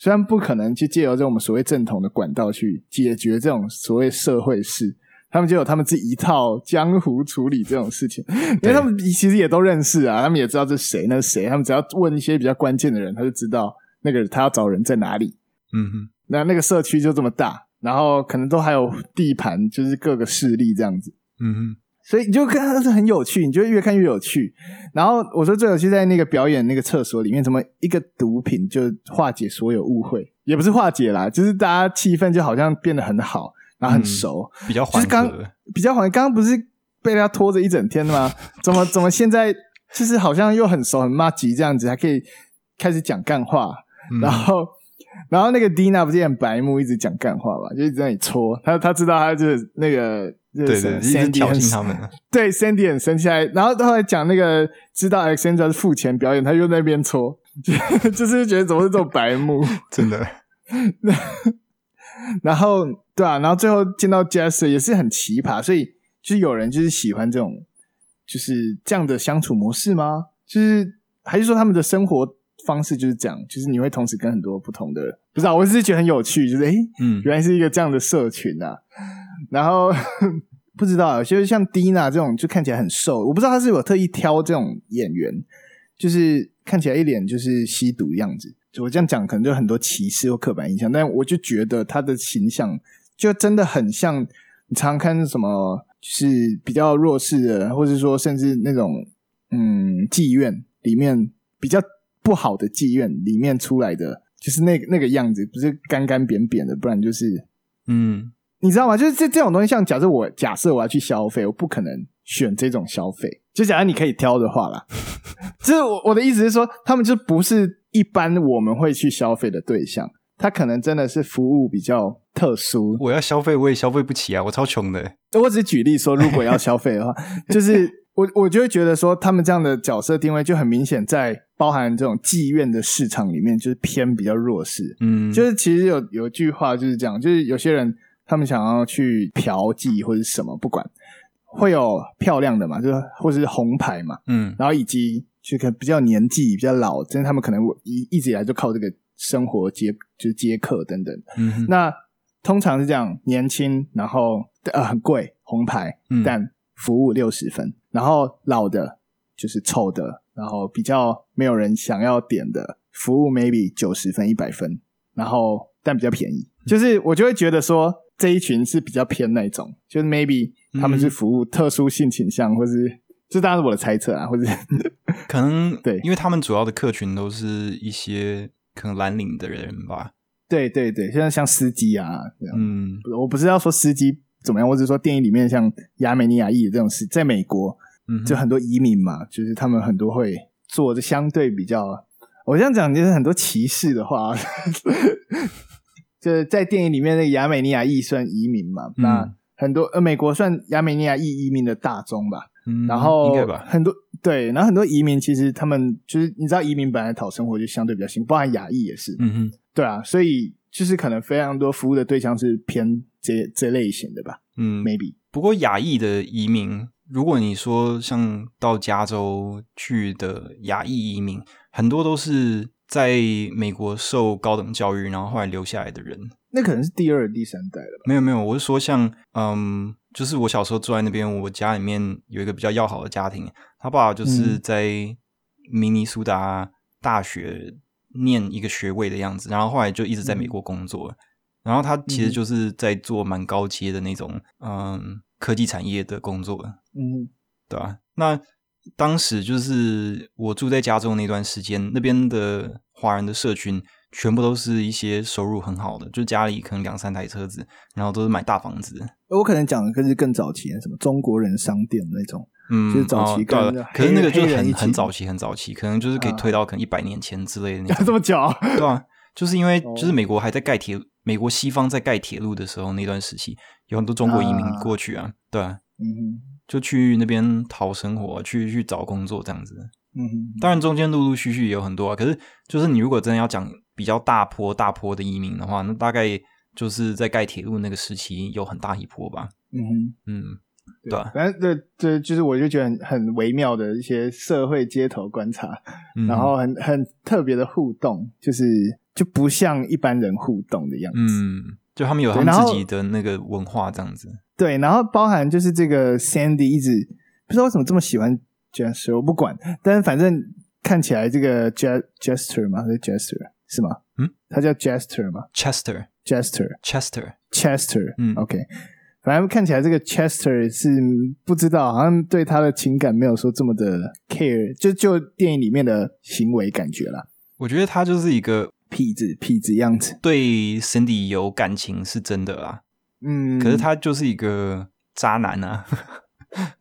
Speaker 1: 虽然不可能去借由这种我们所谓正统的管道去解决这种所谓社会事。他们就有他们自己一套江湖处理这种事情，因为他们其实也都认识啊，他们也知道这是谁那是谁，他们只要问一些比较关键的人，他就知道那个他要找人在哪里，
Speaker 2: 嗯哼
Speaker 1: 那那个社区就这么大，然后可能都还有地盘，就是各个势力这样子，
Speaker 2: 嗯哼
Speaker 1: 所以你就看是很有趣，你就越看越有趣。然后我说最有趣在那个表演那个厕所里面，怎么一个毒品就化解所有误会，也不是化解啦，就是大家气氛就好像变得很好，然后很熟，
Speaker 2: 比较
Speaker 1: 就
Speaker 2: 缓
Speaker 1: 是刚
Speaker 2: 和，
Speaker 1: 比较好像刚刚不是被他拖着一整天的吗？怎么怎么现在就是好像又很熟很骂急这样子，还可以开始讲干话，
Speaker 2: 嗯
Speaker 1: 然后，然后那个 Dina 不是很白目，一直讲干话吧，就一直在那里戳他。他知道他就是那个，就
Speaker 2: 对
Speaker 1: 是
Speaker 2: 对，一直
Speaker 1: Sandy
Speaker 2: 挑
Speaker 1: 很
Speaker 2: 衅他们，
Speaker 1: 对 Sandy 很生气，还然后他后来讲那个知道 Alexandra 是付钱表演，他又在那边戳，就 [laughs] 就是觉得怎么是这种白目。
Speaker 2: [laughs]
Speaker 1: [laughs]
Speaker 2: 真的，
Speaker 1: 然后对啊，然后最后见到 Jester 也是很奇葩，所以就是有人就是喜欢这种就是这样的相处模式吗？就是还是说他们的生活方式就是这样？就是你会同时跟很多不同的人，不知道，我只是觉得很有趣，就是诶，
Speaker 2: 嗯
Speaker 1: 原来是一个这样的社群啊。然后 [laughs] 不知道，啊就是像 Dina 这种就看起来很瘦，我不知道他是有特意挑这种演员，就是看起来一脸就是吸毒样子。我这样讲可能就很多歧视或刻板印象，但我就觉得他的形象就真的很像你常看什么，就是比较弱势的，或者说甚至那种嗯妓院里面比较不好的妓院里面出来的，就是那那个样子，不是干干扁扁的，不然就是
Speaker 2: 嗯
Speaker 1: 你知道吗？就是这这种东西，像假设我 [laughs] 假设我要去消费，我不可能选这种消费。就假如你可以挑的话啦，就是我我的意思是说，他们就不是一般我们会去消费的对象，他可能真的是服务比较特殊。
Speaker 2: 我要消费我也消费不起啊，我超穷的。
Speaker 1: 我只举例说，如果要消费的话， [laughs] 就是我我就会觉得说，他们这样的角色定位就很明显，在包含这种妓院的市场里面，就是偏比较弱势。
Speaker 2: 嗯，
Speaker 1: 就是其实有有句话就是这样，就是有些人他们想要去嫖妓或者什么，不管会有漂亮的嘛，就是或者是红牌嘛，
Speaker 2: 嗯
Speaker 1: 然后以及就可能比较年纪比较老，真的他们可能一一直以来就靠这个生活接就是接客等等。
Speaker 2: 嗯哼，
Speaker 1: 那通常是这样，年轻，然后呃很贵，红牌
Speaker 2: 嗯，
Speaker 1: 但服务六十分，然后老的就是臭的，然后比较没有人想要点的服务 maybe 九十分一百分，然后但比较便宜，
Speaker 2: 嗯
Speaker 1: 就是我就会觉得说这一群是比较偏那种，就是 maybe
Speaker 2: 嗯
Speaker 1: 他们是服务特殊性倾向，或是这当然是我的猜测啊，或是 [laughs]
Speaker 2: 可能
Speaker 1: 对
Speaker 2: 因为他们主要的客群都是一些可能蓝领的人吧。
Speaker 1: 对对对，像像司机啊这样。
Speaker 2: 嗯
Speaker 1: 我不是要说司机怎么样，我只是说电影里面像亚美尼亚裔的这种事，在美国
Speaker 2: 嗯哼，
Speaker 1: 就很多移民嘛，就是他们很多会做的相对比较，我这样讲就是很多歧视的话， [laughs] 就是在电影里面那个亚美尼亚裔算移民嘛，那
Speaker 2: 嗯
Speaker 1: 很多呃美国算亚美尼亚裔移民的大宗吧，
Speaker 2: 嗯
Speaker 1: 然后
Speaker 2: 应该吧。
Speaker 1: 很多对，然后很多移民其实他们就是你知道移民本来讨生活就相对比较辛苦，包含亚裔也是，
Speaker 2: 嗯哼，
Speaker 1: 对啊，所以就是可能非常多服务的对象是偏这这类型的吧
Speaker 2: 嗯，
Speaker 1: ，maybe。
Speaker 2: 不过亚裔的移民，如果你说像到加州去的亚裔移民，很多都是在美国受高等教育，然后后来留下来的人。
Speaker 1: 那可能是第二、第三代了吧？
Speaker 2: 没有没有，我是说像嗯，就是我小时候住在那边，我家里面有一个比较要好的家庭，他爸爸就是
Speaker 1: 嗯
Speaker 2: 在明尼苏达大学念一个学位的样子，然后后来就一直在美国工作。然后他其实
Speaker 1: 嗯
Speaker 2: 就是在做蛮高阶的那种，嗯，科技产业的工作，
Speaker 1: 嗯
Speaker 2: 对吧、那当时就是我住在加州那段时间，那边的华人的社群全部都是一些收入很好的，就家里可能两三台车子，然后都是买大房子。
Speaker 1: 我可能讲的更是更早期的什么中国人商店那种，
Speaker 2: 嗯，
Speaker 1: 就是早期
Speaker 2: 哦对啊
Speaker 1: 跟
Speaker 2: 可是那个就
Speaker 1: 黑人一
Speaker 2: 很
Speaker 1: 起
Speaker 2: 很早期，很早期，可能就是可以
Speaker 1: 啊
Speaker 2: 推到可能一百年前之类的那
Speaker 1: 要 [laughs]
Speaker 2: 种。
Speaker 1: 这么久？[laughs]
Speaker 2: 对啊，就是因为
Speaker 1: 哦
Speaker 2: 就是美国还在盖铁，美国西方在盖铁路的时候那段时期，有很多中国移民
Speaker 1: 啊
Speaker 2: 过去啊，对啊，
Speaker 1: 嗯哼
Speaker 2: 就去那边讨生活，去去找工作这样子。
Speaker 1: 嗯哼，
Speaker 2: 当然中间陆陆续续也有很多啊，可是就是你如果真的要讲比较大坡大坡的移民的话，那大概就是在盖铁路那个时期有很大一波吧。
Speaker 1: 嗯哼，
Speaker 2: 嗯，对啊，
Speaker 1: 反正这这就是我就觉得很很微妙的一些社会街头观察，
Speaker 2: 嗯
Speaker 1: 然后很很特别的互动，就是就不像一般人互动的样子。
Speaker 2: 嗯，就他们有他
Speaker 1: 对
Speaker 2: 们
Speaker 1: 然
Speaker 2: 自
Speaker 1: 后
Speaker 2: 己的那个文化这样子。
Speaker 1: 对，然后包含就是这个 Sandy 一直不知道为什么这么喜欢 Jester，我不管，但是反正看起来这个 Je Jester 吗？还是 Jester 是吗？
Speaker 2: 嗯，
Speaker 1: 他叫 Jester 吗
Speaker 2: Chester
Speaker 1: ？Jester
Speaker 2: Chester，
Speaker 1: Chester，
Speaker 2: 嗯
Speaker 1: ，OK，反正看起来这个 Chester 是不知道，好像对他的情感没有说这么的 care，就就电影里面的行为感觉啦，
Speaker 2: 我觉得他就是一个
Speaker 1: 痞子痞子样子，
Speaker 2: 对 Cindy 有感情是真的啦，
Speaker 1: 嗯，
Speaker 2: 可是他就是一个渣男啊。 [laughs]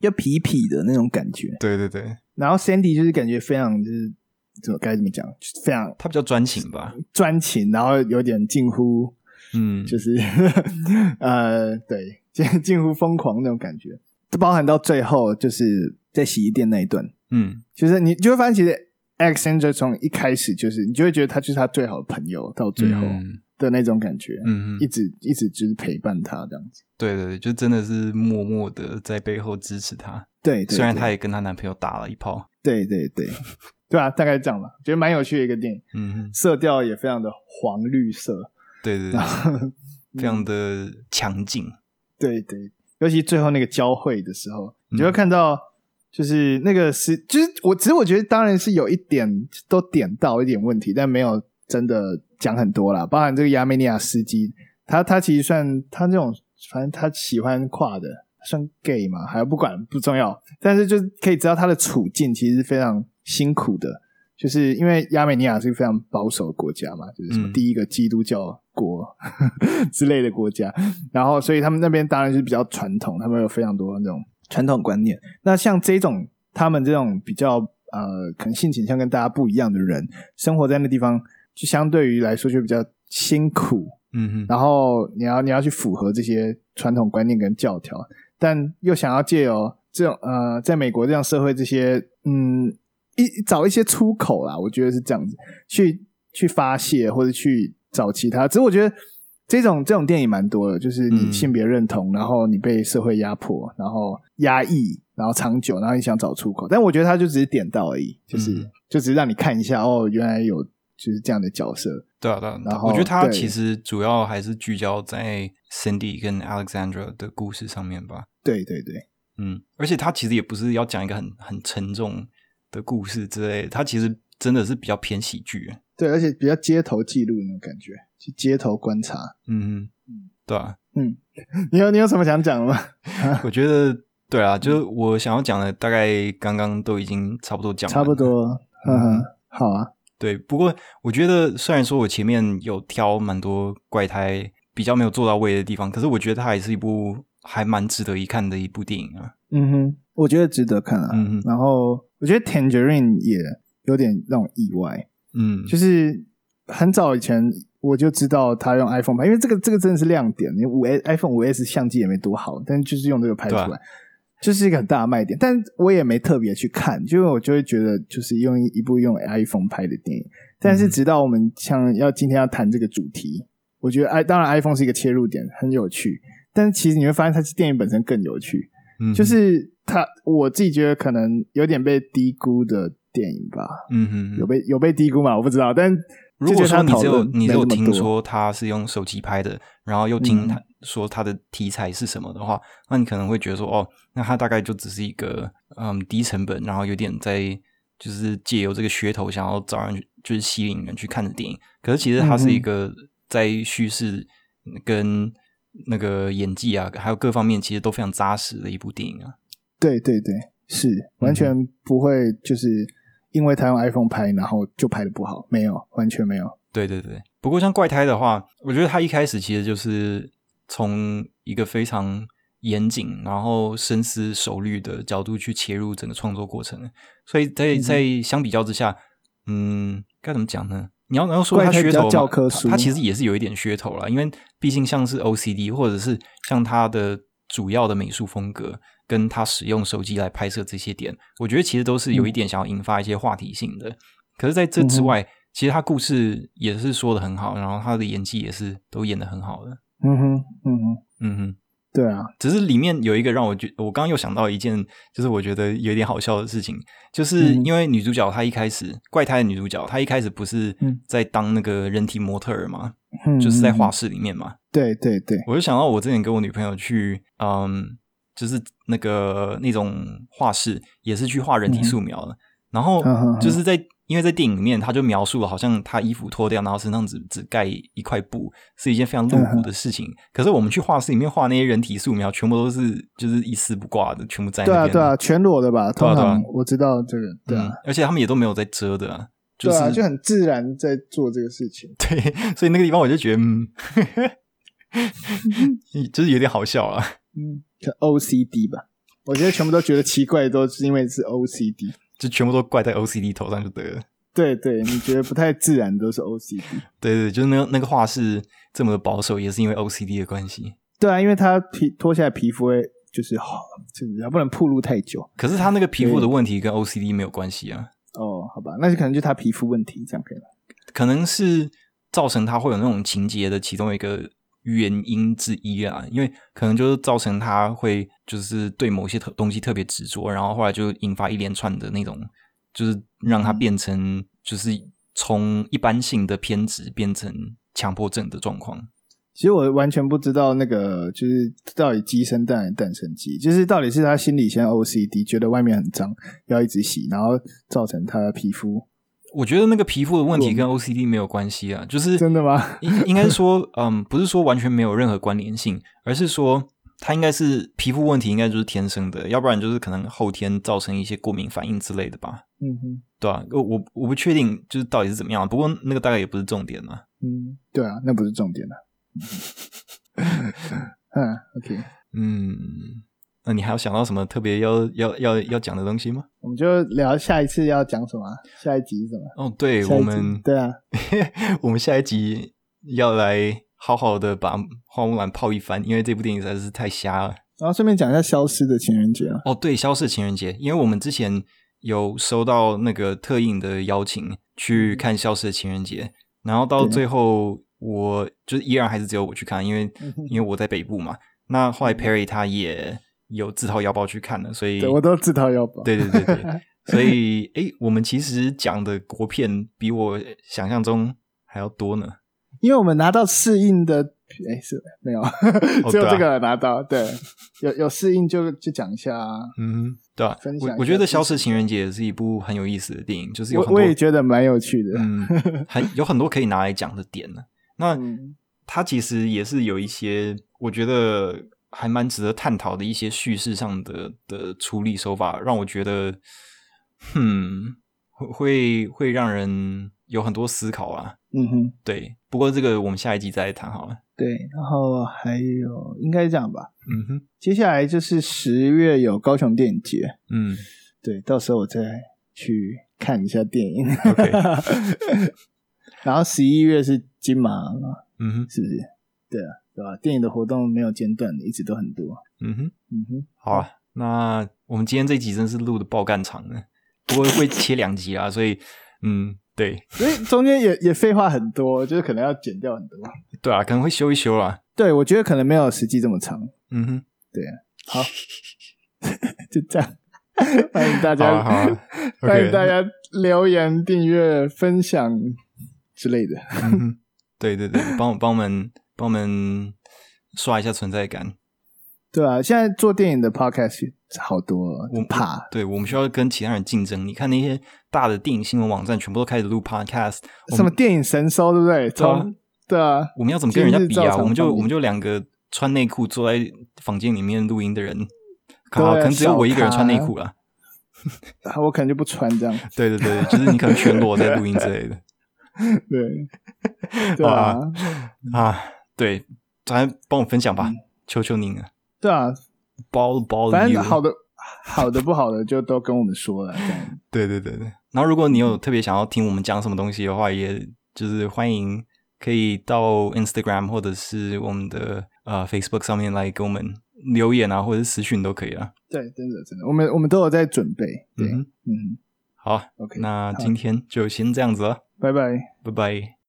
Speaker 1: 要痞痞的那种感觉，
Speaker 2: 对对对，
Speaker 1: 然后 Sandy 就是感觉非常就是怎么该怎么讲，就是非常
Speaker 2: 他比较专情吧。
Speaker 1: 专情，然后有点近乎
Speaker 2: 嗯，
Speaker 1: 就是 [laughs] 呃对近近乎疯狂那种感觉，这包含到最后就是在洗衣店那一段，
Speaker 2: 嗯
Speaker 1: 就是你就会发现其实 Alexander 从一开始就是你就会觉得他就是他最好的朋友，到最后
Speaker 2: 嗯
Speaker 1: 的那种感觉，
Speaker 2: 嗯，
Speaker 1: 一直一直就是陪伴他这样子。
Speaker 2: 对对，对就真的是默默的在背后支持她，
Speaker 1: 对，对
Speaker 2: 虽然
Speaker 1: 对
Speaker 2: 她也跟她男朋友打了一炮。
Speaker 1: 对对对对啊，大概这样吧，觉得蛮有趣的一个电影，
Speaker 2: 嗯，
Speaker 1: 色调也非常的黄绿色。[laughs]
Speaker 2: 对对对，
Speaker 1: 嗯
Speaker 2: 非常的强劲。
Speaker 1: 对对，尤其最后那个交汇的时候，你就会
Speaker 2: 嗯
Speaker 1: 看到，就是那个是，就是我，只是我觉得当然是有一点都点到一点问题，但没有真的讲很多啦。包含这个亚美尼亚司机，他他其实算他这种，反正他喜欢跨的，算 gay 嘛，还不管不重要，但是就是可以知道他的处境其实是非常辛苦的。就是因为亚美尼亚是一个非常保守的国家嘛，就是什么
Speaker 2: 嗯
Speaker 1: 第一个基督教国、 [laughs] 之类的国家，然后所以他们那边当然是比较传统，他们有非常多那种传统观念。那像这种他们这种比较呃可能性倾向跟大家不一样的人，生活在那地方就相对于来说就比较辛苦，
Speaker 2: 嗯哼，
Speaker 1: 然后你要你要去符合这些传统观念跟教条，但又想要借由这种呃，在美国这样社会这些嗯一找一些出口啦，我觉得是这样子去去发泄或者去找其他。只是我觉得这种这种电影蛮多的，就是你
Speaker 2: 嗯
Speaker 1: 性别认同，然后你被社会压迫，然后压抑，然后长久，然后你想找出口，但我觉得他就只是点到而已，就是、
Speaker 2: 嗯
Speaker 1: 就只是让你看一下哦，原来有就是这样的角色。
Speaker 2: 对啊，对啊，
Speaker 1: 然后
Speaker 2: 我觉得他
Speaker 1: 对
Speaker 2: 其实主要还是聚焦在 Cindy 跟 Alexandra 的故事上面吧。
Speaker 1: 对对对，
Speaker 2: 嗯，而且他其实也不是要讲一个很很沉重的故事之类的，他其实真的是比较偏喜剧。
Speaker 1: 对，而且比较街头记录那种感觉，去街头观察。
Speaker 2: 嗯哼，对啊，
Speaker 1: 你有你有什么想讲的吗？
Speaker 2: 我觉得对啊，就是我想要讲的，大概刚刚都已经差不多讲完了，
Speaker 1: 差不多，嗯哼，好啊，
Speaker 2: 对，不过我觉得虽然说我前面有挑蛮多怪胎比较没有做到位的地方，可是我觉得它还是一部还蛮值得一看的一部电影啊。
Speaker 1: 嗯哼，我觉得值得看啊。
Speaker 2: 嗯哼
Speaker 1: 然后我觉得 Tangerine 也有点让我意外，
Speaker 2: 嗯，
Speaker 1: 就是很早以前我就知道他用 iPhone 拍，因为这个这个真的是亮点。你五 S iPhone 五 S 相机也没多好，但就是用这个拍出
Speaker 2: 对
Speaker 1: 来，就是一个很大的卖点。但我也没特别去看，就因为我就会觉得就是用一部用 iPhone 拍的电影。但是直到我们像要今天要谈这个主题，我觉得 i 当然 iPhone 是一个切入点，很有趣。但其实你会发现，它是电影本身更有趣。
Speaker 2: 嗯
Speaker 1: 就是他，我自己觉得可能有点被低估的电影吧，
Speaker 2: 嗯哼
Speaker 1: 有。被有被低估嘛？我不知道，但
Speaker 2: 如果说你只有你只
Speaker 1: 有
Speaker 2: 有听说他是用手机拍的，然后又听
Speaker 1: 嗯
Speaker 2: 他说他的题材是什么的话，那你可能会觉得说，哦，那他大概就只是一个嗯低成本，然后有点在就是借由这个噱头想要找人去就是吸引人去看的电影。可是其实它是一个在叙事跟那个演技啊，还有各方面其实都非常扎实的一部电影啊。
Speaker 1: 对对对，是
Speaker 2: 嗯
Speaker 1: 完全不会就是因为他用 iPhone 拍，然后就拍的不好，没有，完全没有。
Speaker 2: 对对对，不过像怪胎的话，我觉得他一开始其实就是从一个非常严谨，然后深思熟虑的角度去切入整个创作过程，所以在
Speaker 1: 嗯哼
Speaker 2: 在相比较之下，嗯，该怎么讲呢？你要你要说
Speaker 1: 怪
Speaker 2: 它
Speaker 1: 胎比
Speaker 2: 噱
Speaker 1: 较
Speaker 2: 头嘛
Speaker 1: 教科书
Speaker 2: 它它其实也是有一点噱头啦，因为毕竟像是 OCD 或者是像它的主要的美术风格，跟它使用手机来拍摄这些点，我觉得其实都
Speaker 1: 嗯
Speaker 2: 是有一点想要引发一些话题性的。可是在这之外，其实他故事也是说的很好，然后他的演技也是都演的很好的。
Speaker 1: 嗯哼，嗯哼，
Speaker 2: 嗯哼，
Speaker 1: 对啊，
Speaker 2: 只是里面有一个让我觉，我刚刚又想到一件，就是我觉得有点好笑的事情，就是
Speaker 1: 嗯
Speaker 2: 因为女主角她一开始怪胎的女主角，她一开始不是
Speaker 1: 嗯
Speaker 2: 在当那个人体模特儿嘛，
Speaker 1: 嗯
Speaker 2: 就是在画
Speaker 1: 嗯
Speaker 2: 室里面嘛。
Speaker 1: 对对对，
Speaker 2: 我就想到我之前跟我女朋友去，嗯，就是那个那种画室，也是去画人体素描的。然后
Speaker 1: 嗯哼哼
Speaker 2: 就是在因为在电影里面，他就描述了好像他衣服脱掉，然后身上只只盖一块布，是一件非常
Speaker 1: 嗯
Speaker 2: 露骨的事情。可是我们去画室里面画那些人体素描，全部都是就是一丝不挂的，全部在
Speaker 1: 对
Speaker 2: 那
Speaker 1: 啊
Speaker 2: 边。
Speaker 1: 对啊，全裸的吧？
Speaker 2: 对啊
Speaker 1: 通
Speaker 2: 对啊
Speaker 1: 常我知道这个，对
Speaker 2: 嗯
Speaker 1: 啊，
Speaker 2: 而且他们也都没有在遮的、啊，就
Speaker 1: 对
Speaker 2: 是
Speaker 1: 啊，就很自然在做这个事情。
Speaker 2: 对，所以那个地方我就觉得，嗯， [laughs] 就是有点好笑啊。
Speaker 1: 嗯，可 OCD 吧，我觉得全部都觉得奇怪，都是因为是 OCD。
Speaker 2: 就全部都怪在 OCD 头上就得了。
Speaker 1: 对对，你觉得不太自然都是 OCD。
Speaker 2: 对对，就是那个那个画室这么的保守，也是因为 OCD 的关系。
Speaker 1: 对啊，因为它皮脱下来皮肤会就是好，就是它不能暴露太久。
Speaker 2: 可是他那个皮肤的问题跟 OCD 没有关系啊，
Speaker 1: 哦，好吧，那就可能就他皮肤问题这样可以吗？
Speaker 2: 可能是造成他会有那种情节的其中一个原因之一啊，因为可能就是造成他会就是对某些特东西特别执着，然后后来就引发一连串的那种，就是让
Speaker 1: 嗯
Speaker 2: 他变成就是从一般性的偏执变成强迫症的状况。
Speaker 1: 其实我完全不知道那个就是到底鸡生蛋还是蛋生鸡，就是到底是他心里先 OCD，觉得外面很脏要一直洗，然后造成他的皮肤
Speaker 2: 我觉得那个皮肤的问题跟 OCD 没有关系啊，就是
Speaker 1: 真的吗 [laughs]
Speaker 2: 应应该是说，嗯，不是说完全没有任何关联性，而是说它应该是皮肤问题，应该就是天生的，要不然就是可能后天造成一些过敏反应之类的吧，
Speaker 1: 嗯哼，
Speaker 2: 对啊，我我我不确定就是到底是怎么样，啊不过那个大概也不是重点嘛。
Speaker 1: 嗯，对啊， [laughs] 那不是重点啊。嗯，OK，
Speaker 2: 嗯，那、你还有想到什么特别要要要要讲的东西吗？
Speaker 1: 我们就聊下一次要讲什么啊，下一集是什么？
Speaker 2: 哦，对，
Speaker 1: 下一
Speaker 2: 我
Speaker 1: 集
Speaker 2: 们
Speaker 1: 对啊，
Speaker 2: [laughs] 我们下一集要来好好的把花木兰泡一番，因为这部电影实在是太瞎了。
Speaker 1: 然后顺便讲一下《消失的情人节》啊，
Speaker 2: 哦，对，消逝情人节，因为我们之前有收到那个特映的邀请去看消逝的情人节，然后到
Speaker 1: 嗯对
Speaker 2: 最后我就是依然还是只有我去看，因为
Speaker 1: 嗯
Speaker 2: 因为我在北部嘛。那后来 Perry 他也有自掏腰包去看了，所以
Speaker 1: 对我都自掏腰包。
Speaker 2: 对对对
Speaker 1: [laughs]
Speaker 2: 对，所以诶，我们其实讲的国片比我想象中还要多呢。
Speaker 1: 因为我们拿到适应的，哎，是没有， [laughs] 只有
Speaker 2: 对啊
Speaker 1: 这个拿到。对，有有适应就就讲一下啊。
Speaker 2: 嗯，对吧、
Speaker 1: 分享一
Speaker 2: 我
Speaker 1: 下
Speaker 2: 我觉得
Speaker 1: 自
Speaker 2: 《
Speaker 1: 己
Speaker 2: 消失情人节》也是一部很有意思的电影，就是有
Speaker 1: 我
Speaker 2: 很多
Speaker 1: 我也觉得蛮有趣的。
Speaker 2: 嗯， [laughs] 很有很多可以拿来讲的点呢。那
Speaker 1: 嗯
Speaker 2: 它其实也是有一些，我觉得还蛮值得探讨的一些叙事上的的处理手法，让我觉得，哼，会会会让人有很多思考啊。
Speaker 1: 嗯哼，
Speaker 2: 对，不过这个我们下一集再谈好了。
Speaker 1: 对。然后还有应该这样吧。
Speaker 2: 嗯哼，
Speaker 1: 接下来就是十月有高雄电影节，
Speaker 2: 嗯
Speaker 1: 对，到时候我再去看一下电
Speaker 2: [laughs]
Speaker 1: 影。
Speaker 2: ，OK，
Speaker 1: 然后十一月是金马嘛，
Speaker 2: 嗯哼，
Speaker 1: 是不是？对啊，对吧、电影的活动没有间断的，一直都很多。
Speaker 2: 嗯哼，
Speaker 1: 嗯哼。
Speaker 2: 好啊。那我们今天这集真是录的爆干长呢，不过会切两集啊，所以嗯，对
Speaker 1: 所以中间也也废话很多，就是可能要剪掉很多。
Speaker 2: 对啊，可能会修一修啦。
Speaker 1: 对，我觉得可能没有实际这么长，
Speaker 2: 嗯哼，
Speaker 1: 就这样。 [laughs] 欢迎 [laughs] 大
Speaker 2: 好
Speaker 1: 家，
Speaker 2: 啊好啊
Speaker 1: 欢迎大 [laughs]
Speaker 2: ，OK，
Speaker 1: 家留言、订阅、分享之类的。
Speaker 2: 嗯哼，对对对，帮我帮我们帮我们刷一下存在感。
Speaker 1: 对啊，现在做电影的 podcast 好多哦，
Speaker 2: 我
Speaker 1: 怕
Speaker 2: 对我们需要跟其他人竞争。你看那些大的电影新闻网站，全部都开始录 podcast，我
Speaker 1: 什么
Speaker 2: 们
Speaker 1: 电影神收，对不对？
Speaker 2: 对啊
Speaker 1: 从对啊，
Speaker 2: 我们要怎么跟人家比
Speaker 1: 今日照
Speaker 2: 啊？
Speaker 1: 常
Speaker 2: 我们就
Speaker 1: 放映
Speaker 2: 我们就两个穿内裤坐在房间里面录音的人，可
Speaker 1: 对啊
Speaker 2: 可能只有我一个人
Speaker 1: 小
Speaker 2: 穿内
Speaker 1: 咖
Speaker 2: 裤啦。
Speaker 1: 我可能就不穿这样。
Speaker 2: 对对对，就是你可能全裸在录音之
Speaker 1: [laughs]
Speaker 2: 类的。
Speaker 1: 对，
Speaker 2: [laughs]
Speaker 1: 对啊，
Speaker 2: 啊，对，咱帮我分享吧，求求您了，
Speaker 1: 对啊，
Speaker 2: 包包
Speaker 1: 嗯反
Speaker 2: 你
Speaker 1: 正好的、好的、不好的就都跟我们说了，这样。
Speaker 2: 对对对对。然后，如果你有特别想要听我们讲什么东西的话，也就是欢迎可以到 Instagram 或者是我们的呃 Facebook 上面来给我们留言啊，或者是私讯都可以啊。
Speaker 1: 对，真的真的，我们我们都有在准备。对，
Speaker 2: 嗯哼，
Speaker 1: 嗯
Speaker 2: 好，
Speaker 1: ，OK，
Speaker 2: 那
Speaker 1: 好
Speaker 2: 今天就先这样子了，
Speaker 1: 拜拜。
Speaker 2: 拜拜。